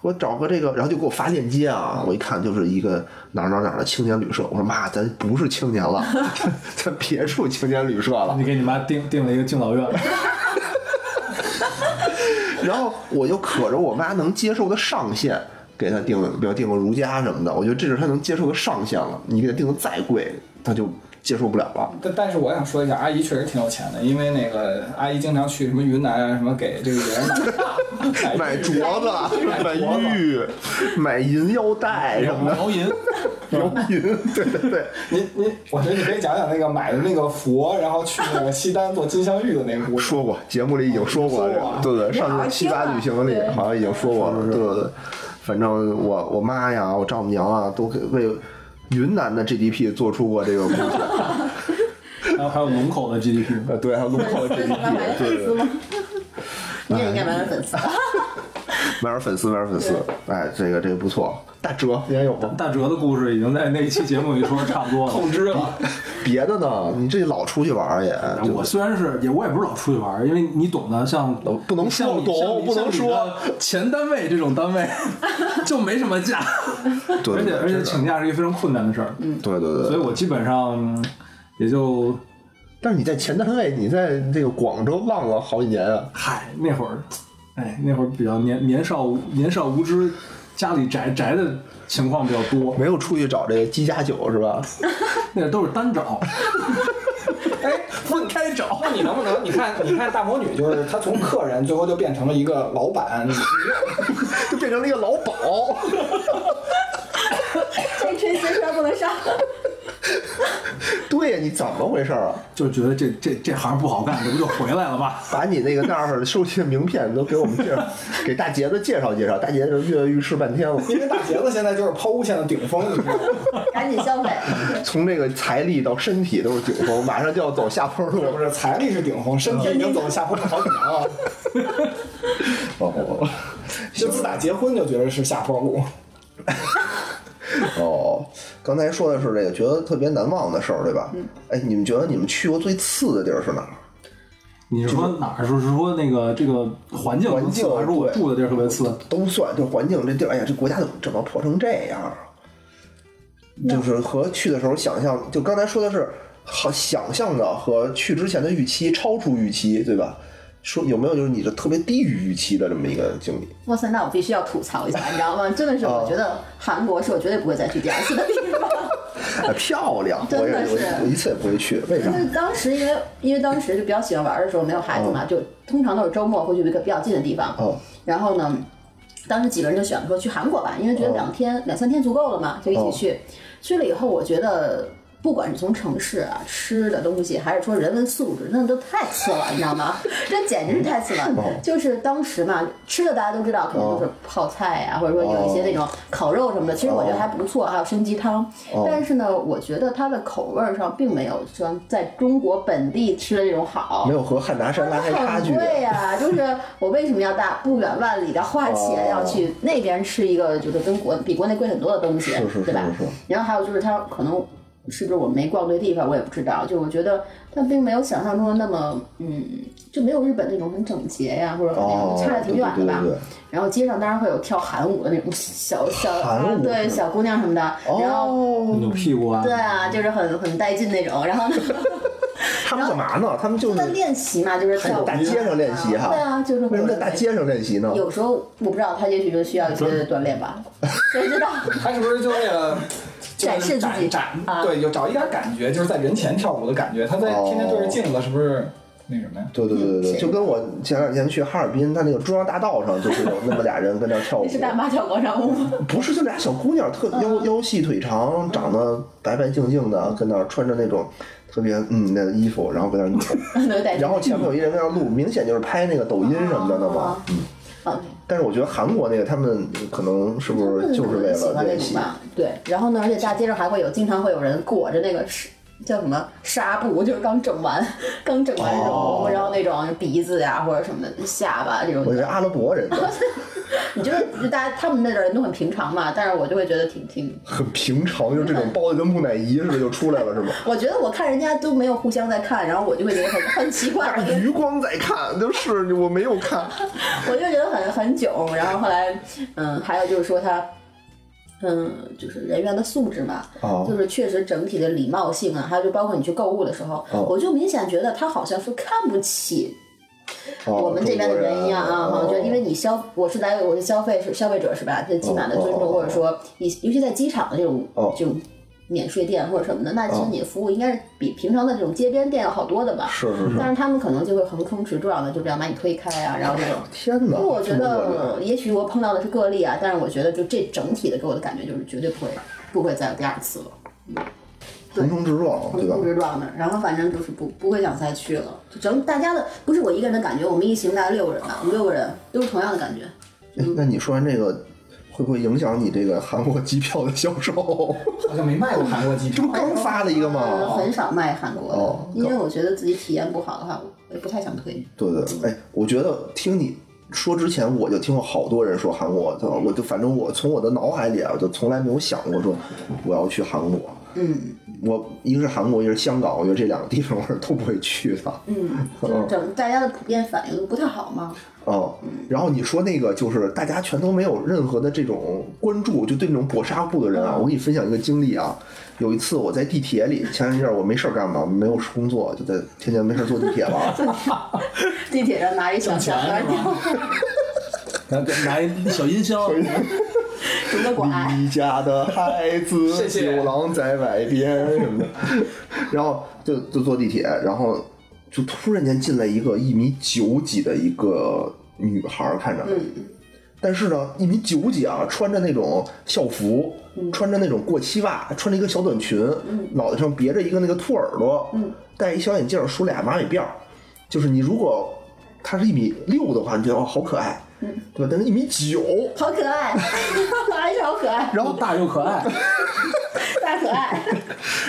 [SPEAKER 1] 我找个这个，然后就给我发链接啊。我一看就是一个哪儿哪儿哪儿的青年旅社，我说妈，咱不是青年了， 咱别处青年旅社了。
[SPEAKER 2] 你给你妈定定了一个敬老院，
[SPEAKER 1] 然后我就可着我妈能接受的上限，给她定，比如定个如家什么的，我觉得这是她能接受的上限了。你给她定的再贵，她就接受不了了。
[SPEAKER 4] 但但是我想说一下，阿姨确实挺有钱的，因为那个阿姨经常去什么云南啊，什么给这个人 买
[SPEAKER 1] 买镯子、买玉、买银腰带什么的，
[SPEAKER 2] 摇银，
[SPEAKER 1] 有银，对对对，
[SPEAKER 4] 你你，我觉得你可以讲讲那个买的那个佛，然后去那个西单做金镶玉的那个故事。
[SPEAKER 1] 说过节目里已经说过了，这个对对，上次七八旅行里好像已经说过了，对对对。反正我我妈呀，我丈母娘啊，都给为云南的 GDP 做出过这个贡献。
[SPEAKER 2] 然后还有龙口的 GDP，
[SPEAKER 1] 呃，对，还 有龙口的
[SPEAKER 3] 粉丝
[SPEAKER 1] GDP，
[SPEAKER 3] 吗？买了
[SPEAKER 1] 对
[SPEAKER 3] 粉
[SPEAKER 1] 对
[SPEAKER 3] 丝
[SPEAKER 1] 对。
[SPEAKER 3] 吗？ 你也应该买点粉丝。啊
[SPEAKER 1] 买点粉丝，买点粉丝，哎，这个这个不错，打折应该有吗？
[SPEAKER 2] 大哲的故事已经在那期节目里说的差不多了。
[SPEAKER 4] 透支了，
[SPEAKER 1] 别的呢？你这老出去玩儿也，对
[SPEAKER 2] 啊我虽然是也我也不是老出去玩儿，因为你懂的，像
[SPEAKER 1] 呃不能说
[SPEAKER 2] 像你
[SPEAKER 1] 懂
[SPEAKER 2] 像你
[SPEAKER 1] 不能
[SPEAKER 2] 像你
[SPEAKER 1] 说
[SPEAKER 2] 的前单位这种 单位就没什么假，
[SPEAKER 1] 对
[SPEAKER 2] 而
[SPEAKER 1] 对
[SPEAKER 2] 且
[SPEAKER 1] 对，嗯
[SPEAKER 2] 而且
[SPEAKER 1] 真的
[SPEAKER 2] 请假是一个非常困难的事儿，
[SPEAKER 1] 对对对
[SPEAKER 2] 所以
[SPEAKER 1] 对。
[SPEAKER 2] 我基本上嗯也就
[SPEAKER 1] 但是你在前单位，你在这个广州浪了好几年啊，
[SPEAKER 2] 嗨那会儿，哎那会儿比较年年少年少无知，家里宅宅的情况比较多，
[SPEAKER 1] 没有出去找这个鸡加酒是 吧？
[SPEAKER 2] 那都是单找，
[SPEAKER 4] 哎，
[SPEAKER 2] 分开找。
[SPEAKER 4] 那你能不能？你看，你看大魔女，就是她从客人最后就变成了一个老板。你
[SPEAKER 1] 就变成了一个老鸨。
[SPEAKER 3] 这吹先生不能上。
[SPEAKER 1] 对呀，你怎么回事儿啊？
[SPEAKER 2] 就觉得这这这行不好干，这不就回来了吗？
[SPEAKER 1] 把你那个那儿收集的名片都给我们介绍，给大杰子介绍介绍，大杰子跃跃欲试半天了。
[SPEAKER 4] 因为大杰子现在就是抛物线的顶峰，你知道吗？
[SPEAKER 3] 赶紧消费。
[SPEAKER 1] 从这个财力到身体都是顶峰，马上就要走下坡路
[SPEAKER 4] 是
[SPEAKER 1] 了
[SPEAKER 4] 不。是？财力是顶峰，身体已经走下坡路好几年了。
[SPEAKER 1] 哦
[SPEAKER 4] 就自打结婚就觉得是下坡路。
[SPEAKER 1] 哦，刚才说的是这个觉得特别难忘的事儿，对吧？
[SPEAKER 3] 嗯
[SPEAKER 1] 哎，你们觉得你们去过最次的地儿是哪儿？
[SPEAKER 2] 你是说哪儿？是是说那个这个环境
[SPEAKER 1] 环境
[SPEAKER 2] 还是说我
[SPEAKER 1] 对
[SPEAKER 2] 住的地儿特别次？
[SPEAKER 1] 都算，就环境这地儿，哎呀，这国家怎么怎么破成这样啊？就是和去的时候想象，就刚才说的是好想象的和去之前的预期超出预期，对吧？说有没有就是你的特别低于预期的这么一个 经历？
[SPEAKER 3] 哇塞，那我必须要吐槽一下，你知道吗？真的是，
[SPEAKER 1] 哦
[SPEAKER 3] 我觉得韩国是我绝对不会再去第二次的地方。
[SPEAKER 1] 啊、漂亮，我
[SPEAKER 3] 真
[SPEAKER 1] 也
[SPEAKER 3] 的是
[SPEAKER 1] 我我一次也不会去，为啥
[SPEAKER 3] 因？为当时因为因为当时就比较喜欢玩的时候，没有孩子嘛，就通常都是周末会去一个比较近的地方。
[SPEAKER 1] 哦，
[SPEAKER 3] 然后呢，当时几个人就选说去韩国吧，因为觉得两天、两三天足够了嘛，就一起去。去了以后，我觉得不管是从城市啊吃的东西，还是说人文素质，那都太次了，你知道吗？这简直是太次了。就是当时嘛，吃的大家都知道，可能就是泡菜啊，或者说有一些那种烤肉什么的，其实我觉
[SPEAKER 1] 哦
[SPEAKER 3] 得还不错，还有参鸡汤。但是呢，我觉得它的口味儿上并没有像在中国本地吃的这种好。
[SPEAKER 1] 没有和汉拿山拉开差距
[SPEAKER 3] 很。贵 啊呀、就是我为什么要大不远万里的花
[SPEAKER 1] 哦
[SPEAKER 3] 钱要去那边吃一个，就是跟国比国内贵很多的东西，
[SPEAKER 1] 是是是
[SPEAKER 3] 对吧
[SPEAKER 1] 是是？
[SPEAKER 3] 然后还有就是它可能是不是我没逛对地方，我也不知道。就我觉得它并没有想象中的那么，嗯，就没有日本那种很整洁呀、或者那种
[SPEAKER 1] 哦，
[SPEAKER 3] 差的挺远的
[SPEAKER 1] 对
[SPEAKER 3] 吧。
[SPEAKER 1] 对对对
[SPEAKER 3] 然后街上当然会有跳韩舞的那种小小
[SPEAKER 1] 韩
[SPEAKER 3] 啊
[SPEAKER 1] 舞
[SPEAKER 3] 对
[SPEAKER 1] 是
[SPEAKER 3] 小姑娘什么的，然后。
[SPEAKER 1] 哦，
[SPEAKER 2] 扭屁股啊？
[SPEAKER 3] 对啊，就是很很带劲那种，然 后呢，
[SPEAKER 1] 他们干嘛呢？他们就是
[SPEAKER 3] 在练习嘛，就是
[SPEAKER 1] 还
[SPEAKER 3] 跳
[SPEAKER 1] 有
[SPEAKER 3] 舞
[SPEAKER 1] 哎大街上练习哈
[SPEAKER 3] 对啊，就是
[SPEAKER 1] 为什么在大街上练习呢？
[SPEAKER 3] 有时候我不知道，他也许就需要一些锻炼吧， 谁 知道？
[SPEAKER 4] 他是不是就为了就
[SPEAKER 3] 展
[SPEAKER 4] 是
[SPEAKER 3] 示自己
[SPEAKER 4] 展
[SPEAKER 3] 啊
[SPEAKER 4] 对，有找一点感觉，就是在人前跳舞的感觉。他在天天对着镜子，是不是那什么呀？
[SPEAKER 1] 对对对对对，就跟我前两天去哈尔滨，他那个中央大道上就是有那么俩人跟那儿跳舞
[SPEAKER 3] 你，是大嗯妈跳广场舞吗？
[SPEAKER 1] 不是就俩小姑娘，特腰腰细腿
[SPEAKER 3] 嗯
[SPEAKER 1] 长，长得白白净净的，跟那儿穿着那种特别嗯那衣服，然后跟那儿扭，
[SPEAKER 3] 能带
[SPEAKER 1] 然后前面有一人跟那儿录，明显就是拍那个抖音什么的的嘛。嗯，
[SPEAKER 3] 啊，
[SPEAKER 1] 但是我觉得韩国那个他们可能是不是就是为
[SPEAKER 3] 嗯喜
[SPEAKER 1] 了
[SPEAKER 3] 欢那
[SPEAKER 1] 练
[SPEAKER 3] 种
[SPEAKER 1] 习？
[SPEAKER 3] 吧？对，然后呢，而且大街上还会有，经常会有人裹着那个是叫什么纱布，就是刚整完，刚整完容，
[SPEAKER 1] 哦
[SPEAKER 3] 然后那种鼻子呀、或者什么的下巴这种
[SPEAKER 1] 我以为阿拉伯 人呢
[SPEAKER 3] 你就是就大家他们那边人都很平常嘛，但是我就会觉得挺挺，
[SPEAKER 1] 很平常，就是这种包的跟木乃伊似的就出来了，是吗？
[SPEAKER 3] 我觉得我看人家都没有互相在看，然后我就会觉得很很奇
[SPEAKER 1] 啊
[SPEAKER 3] 怪，我就
[SPEAKER 1] 余光在看，就是我没有看，
[SPEAKER 3] 我就觉得很很囧。然后后来，嗯，还有就是说他，嗯，就是人员的素质嘛，
[SPEAKER 1] 哦
[SPEAKER 3] 就是确实整体的礼貌性啊，还有就包括你去购物的时候，
[SPEAKER 1] 哦
[SPEAKER 3] 我就明显觉得他好像是看不起
[SPEAKER 1] 哦
[SPEAKER 3] 我们这边的人一样啊，好像觉得因为你消，我是来我是消费是消费者是吧？这起码的尊
[SPEAKER 1] 哦哦哦
[SPEAKER 3] 重，或者说你尤其在机场的这种
[SPEAKER 1] 哦
[SPEAKER 3] 这种免税店或者什么的，那其实你的服务应该是比平常的这种街边店要好多的吧？
[SPEAKER 1] 是是是，
[SPEAKER 3] 但是他们可能就会横冲直撞的，就这样把你推开啊，然后这种。
[SPEAKER 1] 天哪！
[SPEAKER 3] 因为我觉
[SPEAKER 1] 这么恶劣
[SPEAKER 3] 得，也许我碰到的是个例啊，但是我觉得就这整体的给我的感觉就是绝对不会不会再有第二次了，
[SPEAKER 1] 横冲直撞，对
[SPEAKER 3] 横
[SPEAKER 1] 吧
[SPEAKER 3] 冲？直撞的。然后反正就是不不会想再去了，就整大家的不是我一个人的感觉，我们一行大概六个人吧，五六个人都是同样的感觉。
[SPEAKER 1] 哎那你说完这个，会不会影响你这个韩国机票的销售？
[SPEAKER 4] 好像没卖过韩国机
[SPEAKER 1] 这
[SPEAKER 4] 票
[SPEAKER 1] 不。刚发了一个
[SPEAKER 3] 呃，
[SPEAKER 1] 吗？
[SPEAKER 3] 很少卖韩国的，
[SPEAKER 1] 哦
[SPEAKER 3] 因为我觉得自己体验不好的话，我也不太想推。
[SPEAKER 1] 对对，哎，我觉得听你说之前，我就听过好多人说韩国，对吧我就反正我从我的脑海里啊，我就从来没有想过说我要去韩国。
[SPEAKER 3] 嗯
[SPEAKER 1] 我一个是韩国，一个是香港，我觉得这两个地方我是都不会去的。
[SPEAKER 3] 嗯，就是整大家的普遍反应都不太好嘛。
[SPEAKER 1] 哦，然后你说那个就是大家全都没有任何的这种关注，就对那种裹纱布的人啊，我给你分享一个经历啊。有一次我在地铁里，前一阵儿我没事儿干嘛，没有工作，就在天天没事儿坐地铁啊玩。
[SPEAKER 3] 地铁上拿一小小
[SPEAKER 4] 钱
[SPEAKER 3] 袋
[SPEAKER 4] 是
[SPEAKER 3] 吊
[SPEAKER 4] 吧
[SPEAKER 2] 拿拿一小音箱，
[SPEAKER 3] 拄个拐，
[SPEAKER 1] 离家的孩子，
[SPEAKER 4] 谢谢
[SPEAKER 1] 牛郎在外边什 么的，然后就就坐地铁，然后就突然间进来一个一米九几的一个女孩儿，看着，但是呢，一米九几啊，穿着那种校服，穿着那种过膝袜，穿着一个小短裙，脑袋上别着一个那个兔耳朵，戴一小眼镜儿，梳俩马尾辫儿，就是你如果她是一米六的话，你觉得哦好可爱，对吧？但是一米九。
[SPEAKER 3] 好可爱， 拿一好可爱，
[SPEAKER 2] 然后大又可 爱，
[SPEAKER 3] 大可爱。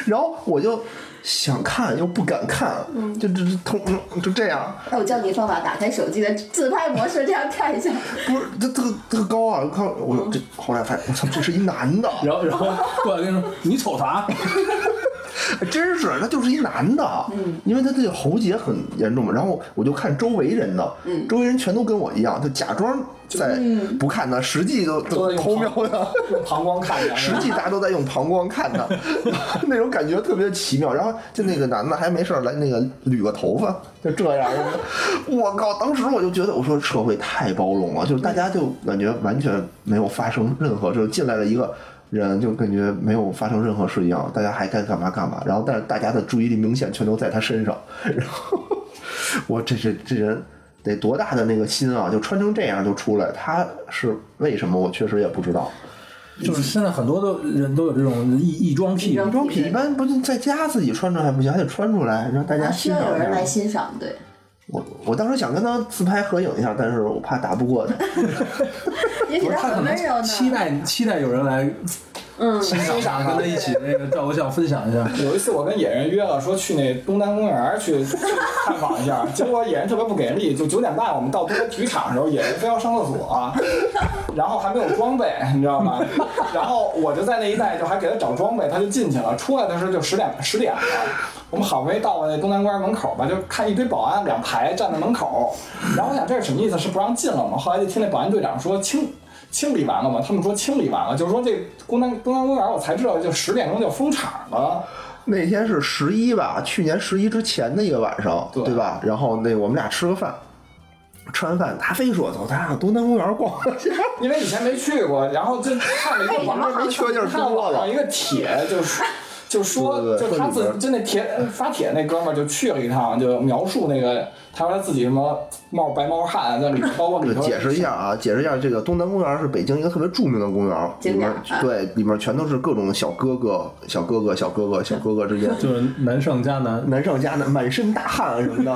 [SPEAKER 1] 然后我就想看又不敢看，就这这通嗯就这样，
[SPEAKER 3] 哎，我教你方法，打开手机的自拍模式，这样看一下。
[SPEAKER 1] 不是这特特高啊！我看我说这后来发现，我操，这是一男的，
[SPEAKER 2] 然后然后过来跟你说你瞅 啥？
[SPEAKER 1] 还 真是他就是一男的，因为他这个喉结很严重嘛。然后我就看周围人呢，周围人全都跟我一样，就假装在不看他，实际都
[SPEAKER 4] 都
[SPEAKER 1] 都
[SPEAKER 4] 在用
[SPEAKER 1] 偷瞄他。
[SPEAKER 4] 用膀胱看着，
[SPEAKER 1] 实际大家都在用膀胱看他， 那种感觉特别奇妙。然后就那个男的还没事儿来那个捋个头发，就这样。 我靠！当时我就觉得，我说社会太包容了，就是大家就感觉完全没有发生任何，就是进来了一个人，就感觉没有发生任何事一样，大家还该干嘛干嘛。然后但是大家的注意力明显全都在他身上，然后我这这这人。得多大的那个心啊！就穿成这样就出来，他是为什么？我确实也不知道。
[SPEAKER 2] 就是现在很多的人都有这种异异装癖，
[SPEAKER 1] 古装品一般不就在家自己穿着还不行，还得穿出来让大家
[SPEAKER 3] 啊需
[SPEAKER 1] 欣
[SPEAKER 3] 要有
[SPEAKER 1] 赏一
[SPEAKER 3] 人来
[SPEAKER 1] 下。
[SPEAKER 3] 欣赏，对。
[SPEAKER 1] 我我当时想跟他自拍合影一下，但是我怕打不 过他。
[SPEAKER 3] 也许
[SPEAKER 2] 不是
[SPEAKER 3] 他
[SPEAKER 2] 他可
[SPEAKER 3] 很温柔
[SPEAKER 2] 能期
[SPEAKER 3] 呢。
[SPEAKER 2] 待期待有人来
[SPEAKER 3] 嗯，
[SPEAKER 2] 欣赏他，跟他一起那个照个相，分享一下。
[SPEAKER 4] 有一次我跟野人约了，说去那东单公园儿去去探访一下，结果野人特别不给力，就九点半我们到东单体育场的时候，野人非要上厕所，啊然后还没有装备，你知道吗？ 然后我就在那一带就还给他找装备，他就进去了，出来的时候就十点十点了。我们好不容易到了那东南公园门口吧，就看一堆保安两排站在门口，然后我想这是什么意思？是不让进了吗？后来就听那保安队长说清清理完了吗？他们说清理完了，就是说这东南东南公园我才知道就十点钟就封场了。
[SPEAKER 1] 那天是十一吧，去年十一之前的一个晚上，
[SPEAKER 4] 对
[SPEAKER 1] 对吧？然后那我们俩吃个饭，吃完饭他非说走，咱俩东南公园逛 一下。
[SPEAKER 4] 因为以前没去过，然后就看了一个网上，
[SPEAKER 1] 没 缺劲儿
[SPEAKER 4] 看了网上一个帖，就是。 就说，
[SPEAKER 1] 对对对
[SPEAKER 4] 就
[SPEAKER 1] 说
[SPEAKER 4] 他
[SPEAKER 1] 里
[SPEAKER 4] 自
[SPEAKER 1] 边
[SPEAKER 4] 己就那帖发帖那哥们儿就去了一趟，就描述那个，他说他自己什么冒白毛汗，在里包括里 头
[SPEAKER 1] 解释一下啊，解释一下，这个东南公园是北京一个特别著名的公园，里
[SPEAKER 3] 景点
[SPEAKER 1] 面
[SPEAKER 3] 儿啊
[SPEAKER 1] 对里面全都是各种小哥哥、小哥哥、小哥哥、小哥哥之 间
[SPEAKER 2] 就是难上加难，
[SPEAKER 1] 难上加难，满身大汗什么 的，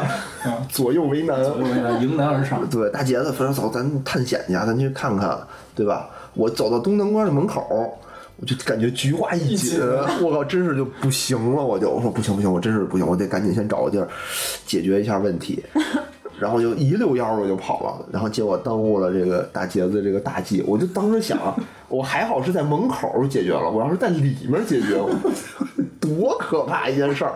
[SPEAKER 1] 左右为难。
[SPEAKER 2] 为了迎难而 上。
[SPEAKER 1] 对，大杰子说走，咱探险去啊，咱去看看，对吧？我走到东南关的门口，我就感觉菊花一
[SPEAKER 4] 一
[SPEAKER 1] 紧啊
[SPEAKER 4] 紧，
[SPEAKER 1] 我靠，真是就不行了，我就我说不行不行，我真是不行，我得赶紧先找个地儿解决一下问 题。然后就一溜烟儿我就跑了，然后结果耽误了这个大杰子这个大计。我就当时想，我还好是在门口儿解决了，我要是在里面解决，我 多可怕一件事儿，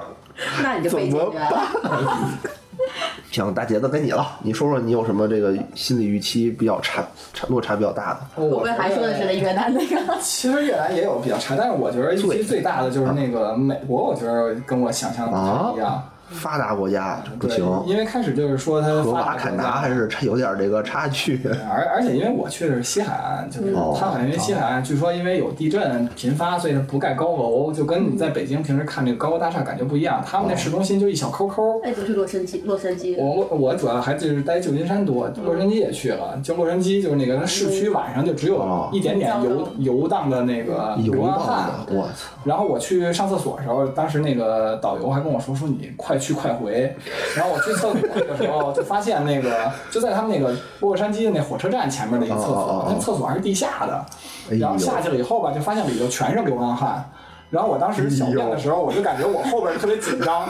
[SPEAKER 3] 那你就
[SPEAKER 1] 怎
[SPEAKER 3] 被解
[SPEAKER 1] 么
[SPEAKER 3] 决了。
[SPEAKER 1] 办？ 行，大杰子该你了，你说说你有什么这个心理预期比较差差落差比较大的？
[SPEAKER 3] 我不是还说的是那越南那个？
[SPEAKER 4] 呃
[SPEAKER 3] 啊
[SPEAKER 4] 其实越南也有比较差，但是我觉得预期最大的就是那个美国，我觉得跟我想象的不太一样。
[SPEAKER 1] 发达国家啊不
[SPEAKER 4] 对
[SPEAKER 1] 行，，
[SPEAKER 4] 因为开始就是说它
[SPEAKER 1] 和
[SPEAKER 4] 发
[SPEAKER 1] 瓦
[SPEAKER 4] 达
[SPEAKER 1] 坎
[SPEAKER 4] 国
[SPEAKER 1] 达
[SPEAKER 4] 家，
[SPEAKER 1] 还是差有点这个差 距。
[SPEAKER 4] 而而且因为我去的是西海岸，就是
[SPEAKER 1] 哦
[SPEAKER 4] 它好像因为西海岸据说因为有地震频发，所以它不盖高楼，就跟你在北京平时看这个高楼大厦感觉不一样。他们
[SPEAKER 1] 哦
[SPEAKER 4] 那市中心就一小抠抠。
[SPEAKER 3] 哎，不是洛杉矶，洛杉矶。
[SPEAKER 4] 我我主要还就是待旧金山多，洛杉矶也去了。就洛杉矶就是那个它市区晚上就只
[SPEAKER 1] 哦
[SPEAKER 4] 有一点点游
[SPEAKER 3] 脏
[SPEAKER 4] 游荡的那个
[SPEAKER 1] 游
[SPEAKER 4] 流浪汉，
[SPEAKER 1] 荡的，我操！
[SPEAKER 4] 然后我去上厕所的时候，当时那个导游还跟我说说你快去快回。然后我去厕所的时候，就发现那个就在他们那个洛杉矶的那火车站前面的一个厕
[SPEAKER 1] 哦哦
[SPEAKER 4] 所
[SPEAKER 1] 哦，
[SPEAKER 4] 那厕所还是地下的。
[SPEAKER 1] 哎呦
[SPEAKER 4] 然后，下去了以后吧，就发现里头全是流浪汉。然后我当时小便的时候，我就感觉我后边特别紧张，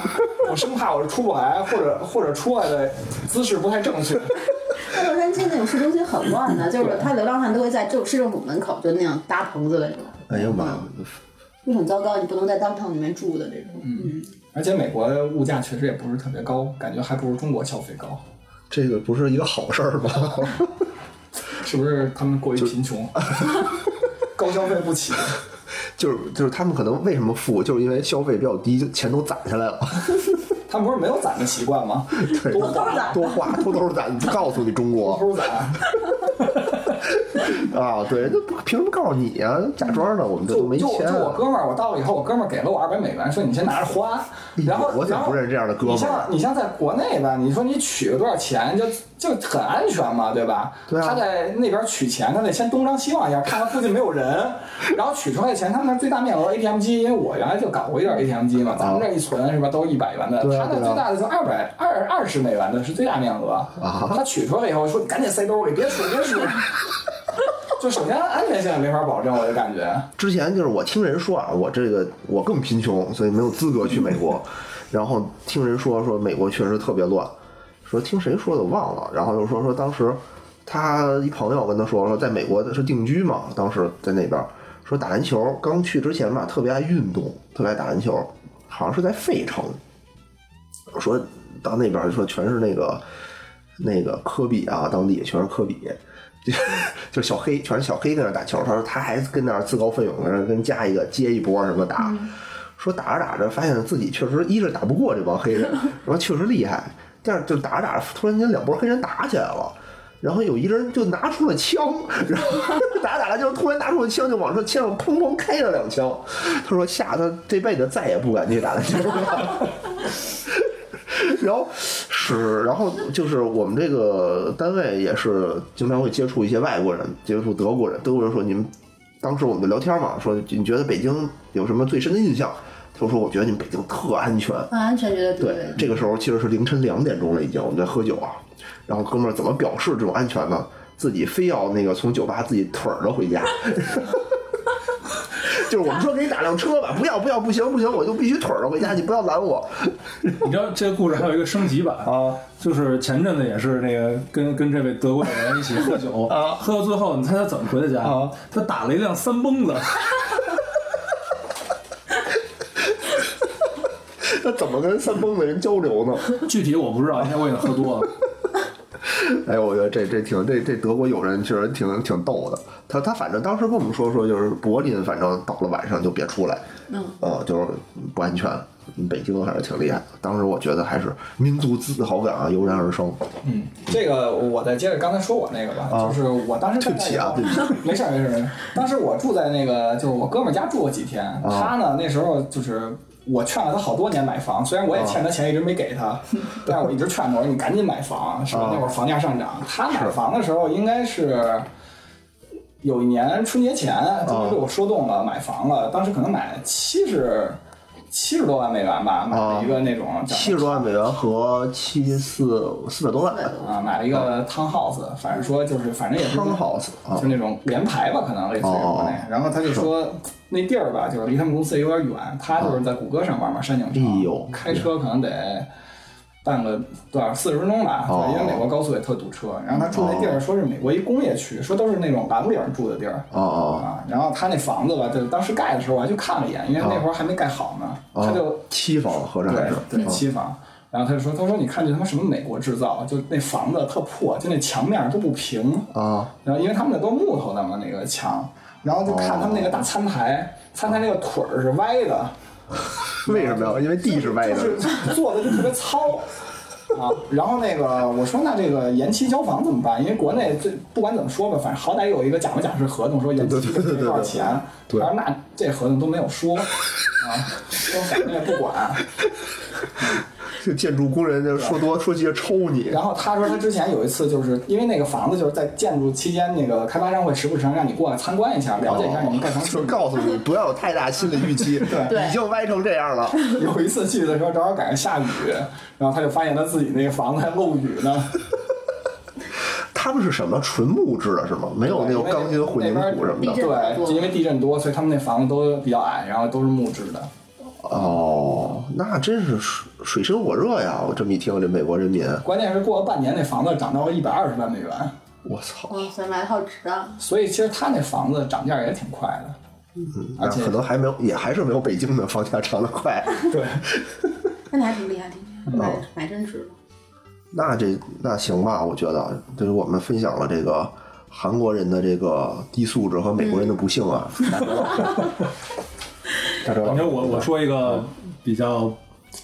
[SPEAKER 4] 我生怕我是出不来，或者或者出来的姿势不太正确。
[SPEAKER 3] 那洛杉矶那种市中心很乱的，就是他流浪汉都会在政市政府门口就那样搭棚子那种，
[SPEAKER 1] 哎呦妈呀！
[SPEAKER 4] 嗯
[SPEAKER 3] 就很糟糕，你不能在 downtown 里面住的这种。嗯，
[SPEAKER 4] 而且美国的物价确实也不是特别高，感觉还不如中国消费高，
[SPEAKER 1] 这个不是一个好事儿吗？
[SPEAKER 4] 是不是他们过于贫穷，高消费不起？
[SPEAKER 1] 就是就是他们可能为什么富，就是因为消费比较低，就钱都攒下来了，
[SPEAKER 4] 他们不是没有攒的习惯吗？
[SPEAKER 1] 对，
[SPEAKER 4] 多花
[SPEAKER 1] 多花，偷偷攒。不告诉你中
[SPEAKER 4] 偷
[SPEAKER 1] 国
[SPEAKER 4] 偷攒，
[SPEAKER 1] 啊，对，人家不凭什么告诉你啊？假装的，我们这都
[SPEAKER 4] 就
[SPEAKER 1] 没
[SPEAKER 4] 就
[SPEAKER 1] 钱啊
[SPEAKER 4] 就我哥们儿，我到了以后，我哥们儿给了我二百美元，说你先拿着花，然后
[SPEAKER 1] 哎我怎
[SPEAKER 4] 然
[SPEAKER 1] 么
[SPEAKER 4] 后
[SPEAKER 1] 不认识这样的哥们儿啊
[SPEAKER 4] 你像你像在国内吧，你说你取个多少钱，就就很安全嘛，对吧？
[SPEAKER 1] 对啊
[SPEAKER 4] 他在那边取钱，他得先东张西望一下，看看附近没有 人，然后取出来的钱，他们那最大面额 ATM 机，因为我原来就搞过一段 ATM 机嘛，咱们这一存是吧，都一百元的，
[SPEAKER 1] 啊对啊
[SPEAKER 4] 他那
[SPEAKER 1] 对啊
[SPEAKER 4] 最大的就二百二二十美元的是最大面额，
[SPEAKER 1] 啊
[SPEAKER 4] 他取出来以后说你赶紧塞兜里，别数别 数。就首先安全性也没法保证，我就感觉。
[SPEAKER 1] 之前就是我听人说啊，我这个我更贫穷，所以没有资格去美国。然后听人说说美国确实特别乱，说听谁说的我忘了。然后又说说当时他一朋友跟他说说在美国是定居嘛，当时在那边说打篮球，刚去之前吧特别爱运动，特别爱打篮球，好像是在费城。说到那边说全是那个那个科比啊，当地也全是科比，就就是小黑，全是小黑跟那打球。他说他还跟那儿自告奋勇的跟加一个接一波什么打，说打着打着发现自己确实一是打不过这帮黑人，然后确实厉害，第二就打着打着突然间两波黑人打起来了。然后有一人就拿出了枪，然后 打着打着就突然拿出了枪，就往这枪上砰砰开了两枪。他说吓他这辈子再也不敢去打篮球了。然后是，然后就是我们这个单位也是经常会接触一些外国人，接触德国人。德国人说你们当时我们就聊天嘛，说你觉得北京有什么最深的印象？他说我觉得你们北京特安全。
[SPEAKER 3] 很安全，觉得对
[SPEAKER 1] 对，这个时候其实是凌晨两点钟了，已经我们在喝酒啊。然后哥们儿怎么表示这种安全呢？自己非要那个从酒吧自己腿儿着回家。 就是我们说给你打辆车吧，不要不要，不行不行，我就必须腿儿着回家，你不要拦我。
[SPEAKER 2] 你知道这个故事还有一个升级版
[SPEAKER 1] 啊，
[SPEAKER 2] 就是前阵子也是那个跟跟这位德国友人一起喝酒，
[SPEAKER 1] 啊
[SPEAKER 2] 喝到最后，你猜他怎么回的家？
[SPEAKER 1] 啊
[SPEAKER 2] 他打了一辆三蹦子，
[SPEAKER 1] 那怎么跟三蹦子人交流呢？
[SPEAKER 2] 具体我不知道，因为我已经 喝多了。
[SPEAKER 1] 哎，我觉得这这挺这这德国友人确实挺挺逗的。他他反正当时跟我们说说，就是柏林，反正到了晚上就别出来，
[SPEAKER 3] 嗯，
[SPEAKER 1] 呃，就是不安全。北京还是挺厉害的，当时我觉得还是民族自豪感啊油然而生。
[SPEAKER 4] 嗯，这个我再接着刚才说我那个吧，
[SPEAKER 1] 啊
[SPEAKER 4] 就是我当时
[SPEAKER 1] 对不起啊对不
[SPEAKER 4] 起， 没事儿没事儿没事儿。当时我住在那个就是我哥们儿家住过几天，
[SPEAKER 1] 啊
[SPEAKER 4] 他呢那时候就是。我劝了他好多年买房，虽然
[SPEAKER 1] 啊
[SPEAKER 4] 我也欠他钱，一直没给他， 但是我一直劝他，我说你赶紧买房，是吧
[SPEAKER 1] 啊？
[SPEAKER 4] 那会儿房价上涨，他买房的时候应该是有
[SPEAKER 1] 啊
[SPEAKER 4] 一年春节前，他就被我说动了，买房了，当时可能买七十七十多万美元吧，买了一个那种叫
[SPEAKER 1] 啊七十多万美元和七四四百多万
[SPEAKER 4] 啊，买了一
[SPEAKER 1] 嗯
[SPEAKER 4] 个 townhouse，反正说就是反正也不是
[SPEAKER 1] ，townhouse 啊
[SPEAKER 4] 就，那种联排吧，可能类似于国内
[SPEAKER 1] 哦。
[SPEAKER 4] 然后他就说那地儿吧，就是离他们公司有点远，他就是在谷歌上玩嘛，山景城，
[SPEAKER 1] 啊哎呦
[SPEAKER 4] 开车可能得半个多少四十分钟吧，
[SPEAKER 1] 哦
[SPEAKER 4] 对，因为美国高速也特堵车。然后他住那地儿，说是美国一工业区，说都是那种蓝领住的地儿。
[SPEAKER 1] 哦哦，
[SPEAKER 4] 啊，然后他那房子吧，就当时盖的时候我还去看了一眼，因为那会儿还没盖好呢，
[SPEAKER 1] 哦
[SPEAKER 4] 他就
[SPEAKER 1] 七房合着还是
[SPEAKER 4] 对对
[SPEAKER 1] 啊
[SPEAKER 4] 期房。然后他就说：“他说你看这他妈什么美国制造，就那房子特破，就那墙面都不平。
[SPEAKER 1] 啊
[SPEAKER 4] 然后因为他们那都是木头的嘛，那个墙。然后就看他们那个大餐台，餐台那个腿儿是歪的，
[SPEAKER 1] 为什么呀？因为地是歪
[SPEAKER 4] 就
[SPEAKER 1] 的
[SPEAKER 4] 是 做的就特别糙。”啊，然后那个我说那这个延期交房怎么办？因为国内最不管怎么说吧，反正好歹有一个假模假式合同，说延期
[SPEAKER 1] 对对对对对
[SPEAKER 4] 多少钱。
[SPEAKER 1] 对
[SPEAKER 4] 然后那这合同都没 有说，啊，说反正也不管。
[SPEAKER 1] 就建筑工人就说多说急就抽你
[SPEAKER 4] 然后他说他之前有一次就是因为那个房子就是在建筑期间，那个开发商会时不时让你过来参观一
[SPEAKER 1] 哦
[SPEAKER 4] 下，了解一下你们盖房
[SPEAKER 1] 就
[SPEAKER 4] 情况。
[SPEAKER 1] 告诉你不要有太大心理预 期，
[SPEAKER 3] 对
[SPEAKER 1] 已经歪成这样了，
[SPEAKER 4] 有一次去的时候正好赶上下雨，然后他就发现他自己那个房子还漏雨呢，
[SPEAKER 1] 他们是什么纯木质的是吗？没有那种钢筋混凝土什么
[SPEAKER 4] 那
[SPEAKER 1] 的
[SPEAKER 3] 地震比较
[SPEAKER 4] 边
[SPEAKER 3] 多
[SPEAKER 4] 对，就因为地震多，所以他们那房子都比较矮，然后都是木质的。
[SPEAKER 1] 哦，那真是水水深火热呀！我这么一听，这美国人民，
[SPEAKER 4] 关键是过了半年，那房子涨到了一百二十万美元，
[SPEAKER 1] 我操，
[SPEAKER 3] 哇塞，买的好值啊！
[SPEAKER 4] 所以其实他那房子涨价也挺快的。嗯，而
[SPEAKER 1] 那
[SPEAKER 4] 且
[SPEAKER 1] 可能还没有，也还是没有北京的房价涨得 快。
[SPEAKER 4] 对，
[SPEAKER 3] 那你还挺厉害，挺厉害，买买真值了。
[SPEAKER 1] 那这那行吧，我觉得就是我们分享了这个韩国人的这个低素质和美国人
[SPEAKER 4] 嗯
[SPEAKER 1] 的不幸 啊。大哲老师大哲老
[SPEAKER 2] 反
[SPEAKER 1] 师，
[SPEAKER 2] 正我我说一个比较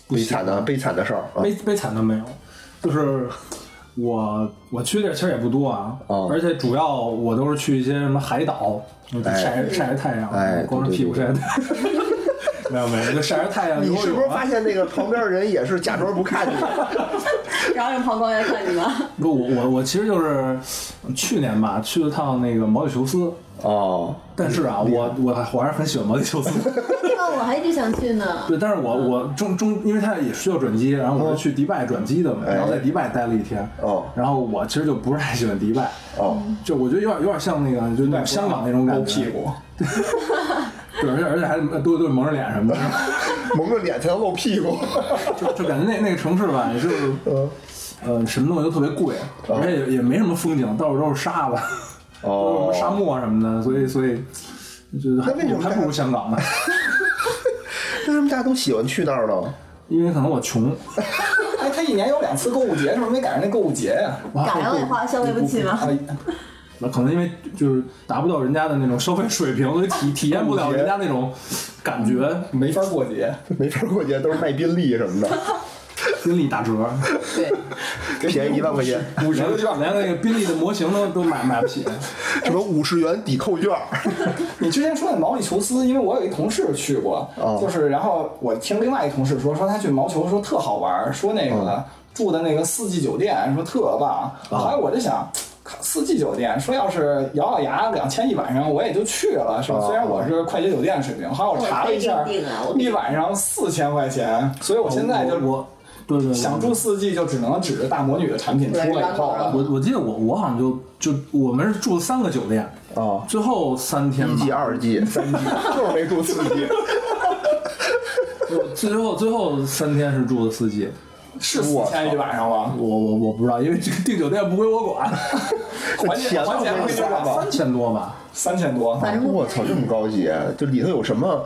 [SPEAKER 2] 不
[SPEAKER 1] 悲
[SPEAKER 2] 喜
[SPEAKER 1] 惨的悲惨的事儿啊
[SPEAKER 2] 悲悲惨的没有，就是我我去的地儿其实也不多啊，
[SPEAKER 1] 哦
[SPEAKER 2] 而且主要我都是去一些什么海岛，就
[SPEAKER 1] 哎
[SPEAKER 2] 晒晒晒太阳，
[SPEAKER 1] 哎
[SPEAKER 2] 光着
[SPEAKER 1] 对对
[SPEAKER 2] 屁股晒太阳。 没有没有，就晒晒太阳。
[SPEAKER 1] 你是不
[SPEAKER 2] 游
[SPEAKER 1] 是
[SPEAKER 2] 泳啊
[SPEAKER 1] 发现那个旁边人也是假装不看你？
[SPEAKER 3] 然后让膀胱来看你吗？
[SPEAKER 2] 不，我我我其实就是去年吧，去了趟那个毛里求斯，
[SPEAKER 1] 哦，
[SPEAKER 2] 但是啊，我我还我还是很喜欢毛里求斯。
[SPEAKER 3] 那我还一直想去呢。
[SPEAKER 2] 对，但是我我中中，因为它也需要转机，然后我是去迪拜转机的嘛，
[SPEAKER 1] 哎
[SPEAKER 2] 然后在迪拜待了一天。
[SPEAKER 1] 哦
[SPEAKER 2] 然后我其实就不是太喜欢迪拜，嗯
[SPEAKER 1] 哦，
[SPEAKER 2] 就我觉得有点有点像那个，就那香港那种感
[SPEAKER 4] 勾屁
[SPEAKER 2] 觉，
[SPEAKER 4] 股。
[SPEAKER 2] 对，而且而且还都都蒙着脸什么的，
[SPEAKER 1] 蒙着脸才能露屁股。
[SPEAKER 2] 就就感觉那那个城市吧，也就是
[SPEAKER 1] 嗯
[SPEAKER 2] 呃什么东西都特别贵，而且也也没什么风景，到处都是沙子， 都是什么
[SPEAKER 1] 哦，
[SPEAKER 2] 沙漠啊什么的，所以所以就是还
[SPEAKER 1] 那为什么
[SPEAKER 2] 还不如香港呢？
[SPEAKER 1] 为什么大家都喜欢去那儿呢？
[SPEAKER 2] 因为可能我穷，
[SPEAKER 4] 哎，他一年有两次购物节，是不是没赶上那购物节呀？
[SPEAKER 2] 我还
[SPEAKER 3] 赶上
[SPEAKER 2] 会
[SPEAKER 3] 的话消费不起吗？
[SPEAKER 4] 啊，
[SPEAKER 2] 那可能因为就是达不到人家的那种消费水平，所以体体验不了人家那种感觉，
[SPEAKER 4] 没法过节，
[SPEAKER 1] 没法过节，都是卖宾利什么 的，
[SPEAKER 2] 宾利打折，
[SPEAKER 3] 对，
[SPEAKER 1] 便宜一万块钱，
[SPEAKER 2] 五十连连那个宾利的模型都都买买不起。
[SPEAKER 1] 什么五十元抵扣券儿。
[SPEAKER 4] 你之前说的毛里求斯，因为我有一同事去过，
[SPEAKER 1] 哦
[SPEAKER 4] 就是然后我听另外一同事说，说他去毛球说特好玩儿，说那个、
[SPEAKER 2] 哦
[SPEAKER 4] 住的那个四季酒店说特棒。后来我就想，四季酒店说要是咬咬牙两千一晚上，我也就去了，是吧？
[SPEAKER 1] 哦
[SPEAKER 4] 虽然我是快捷酒店水平，后来我查了一下
[SPEAKER 3] 我可以定啊我，可以
[SPEAKER 4] 一晚上四千块钱，所以我现在就
[SPEAKER 2] 哦我我对对对
[SPEAKER 4] 想住四季，就只能指着大魔女的产品出来以后了。
[SPEAKER 2] 我我记得我我好像就就我们是住了三个酒店，
[SPEAKER 1] 哦，
[SPEAKER 2] 最后三天
[SPEAKER 1] 一季、
[SPEAKER 2] 吧，
[SPEAKER 1] 二季、三季， 就是没住四季。
[SPEAKER 2] 最后最后三天是住的四季。
[SPEAKER 4] 是四千一晚上吗？
[SPEAKER 2] 我我我不知道，因为这个订酒店不归 我管，
[SPEAKER 4] 还钱
[SPEAKER 1] 钱都
[SPEAKER 4] 还钱回
[SPEAKER 1] 没
[SPEAKER 4] 去
[SPEAKER 1] 花吧
[SPEAKER 4] 吧，
[SPEAKER 2] 三千多吧。
[SPEAKER 4] 三千多。
[SPEAKER 3] 反正
[SPEAKER 1] 我操，这么高级，就里头有什么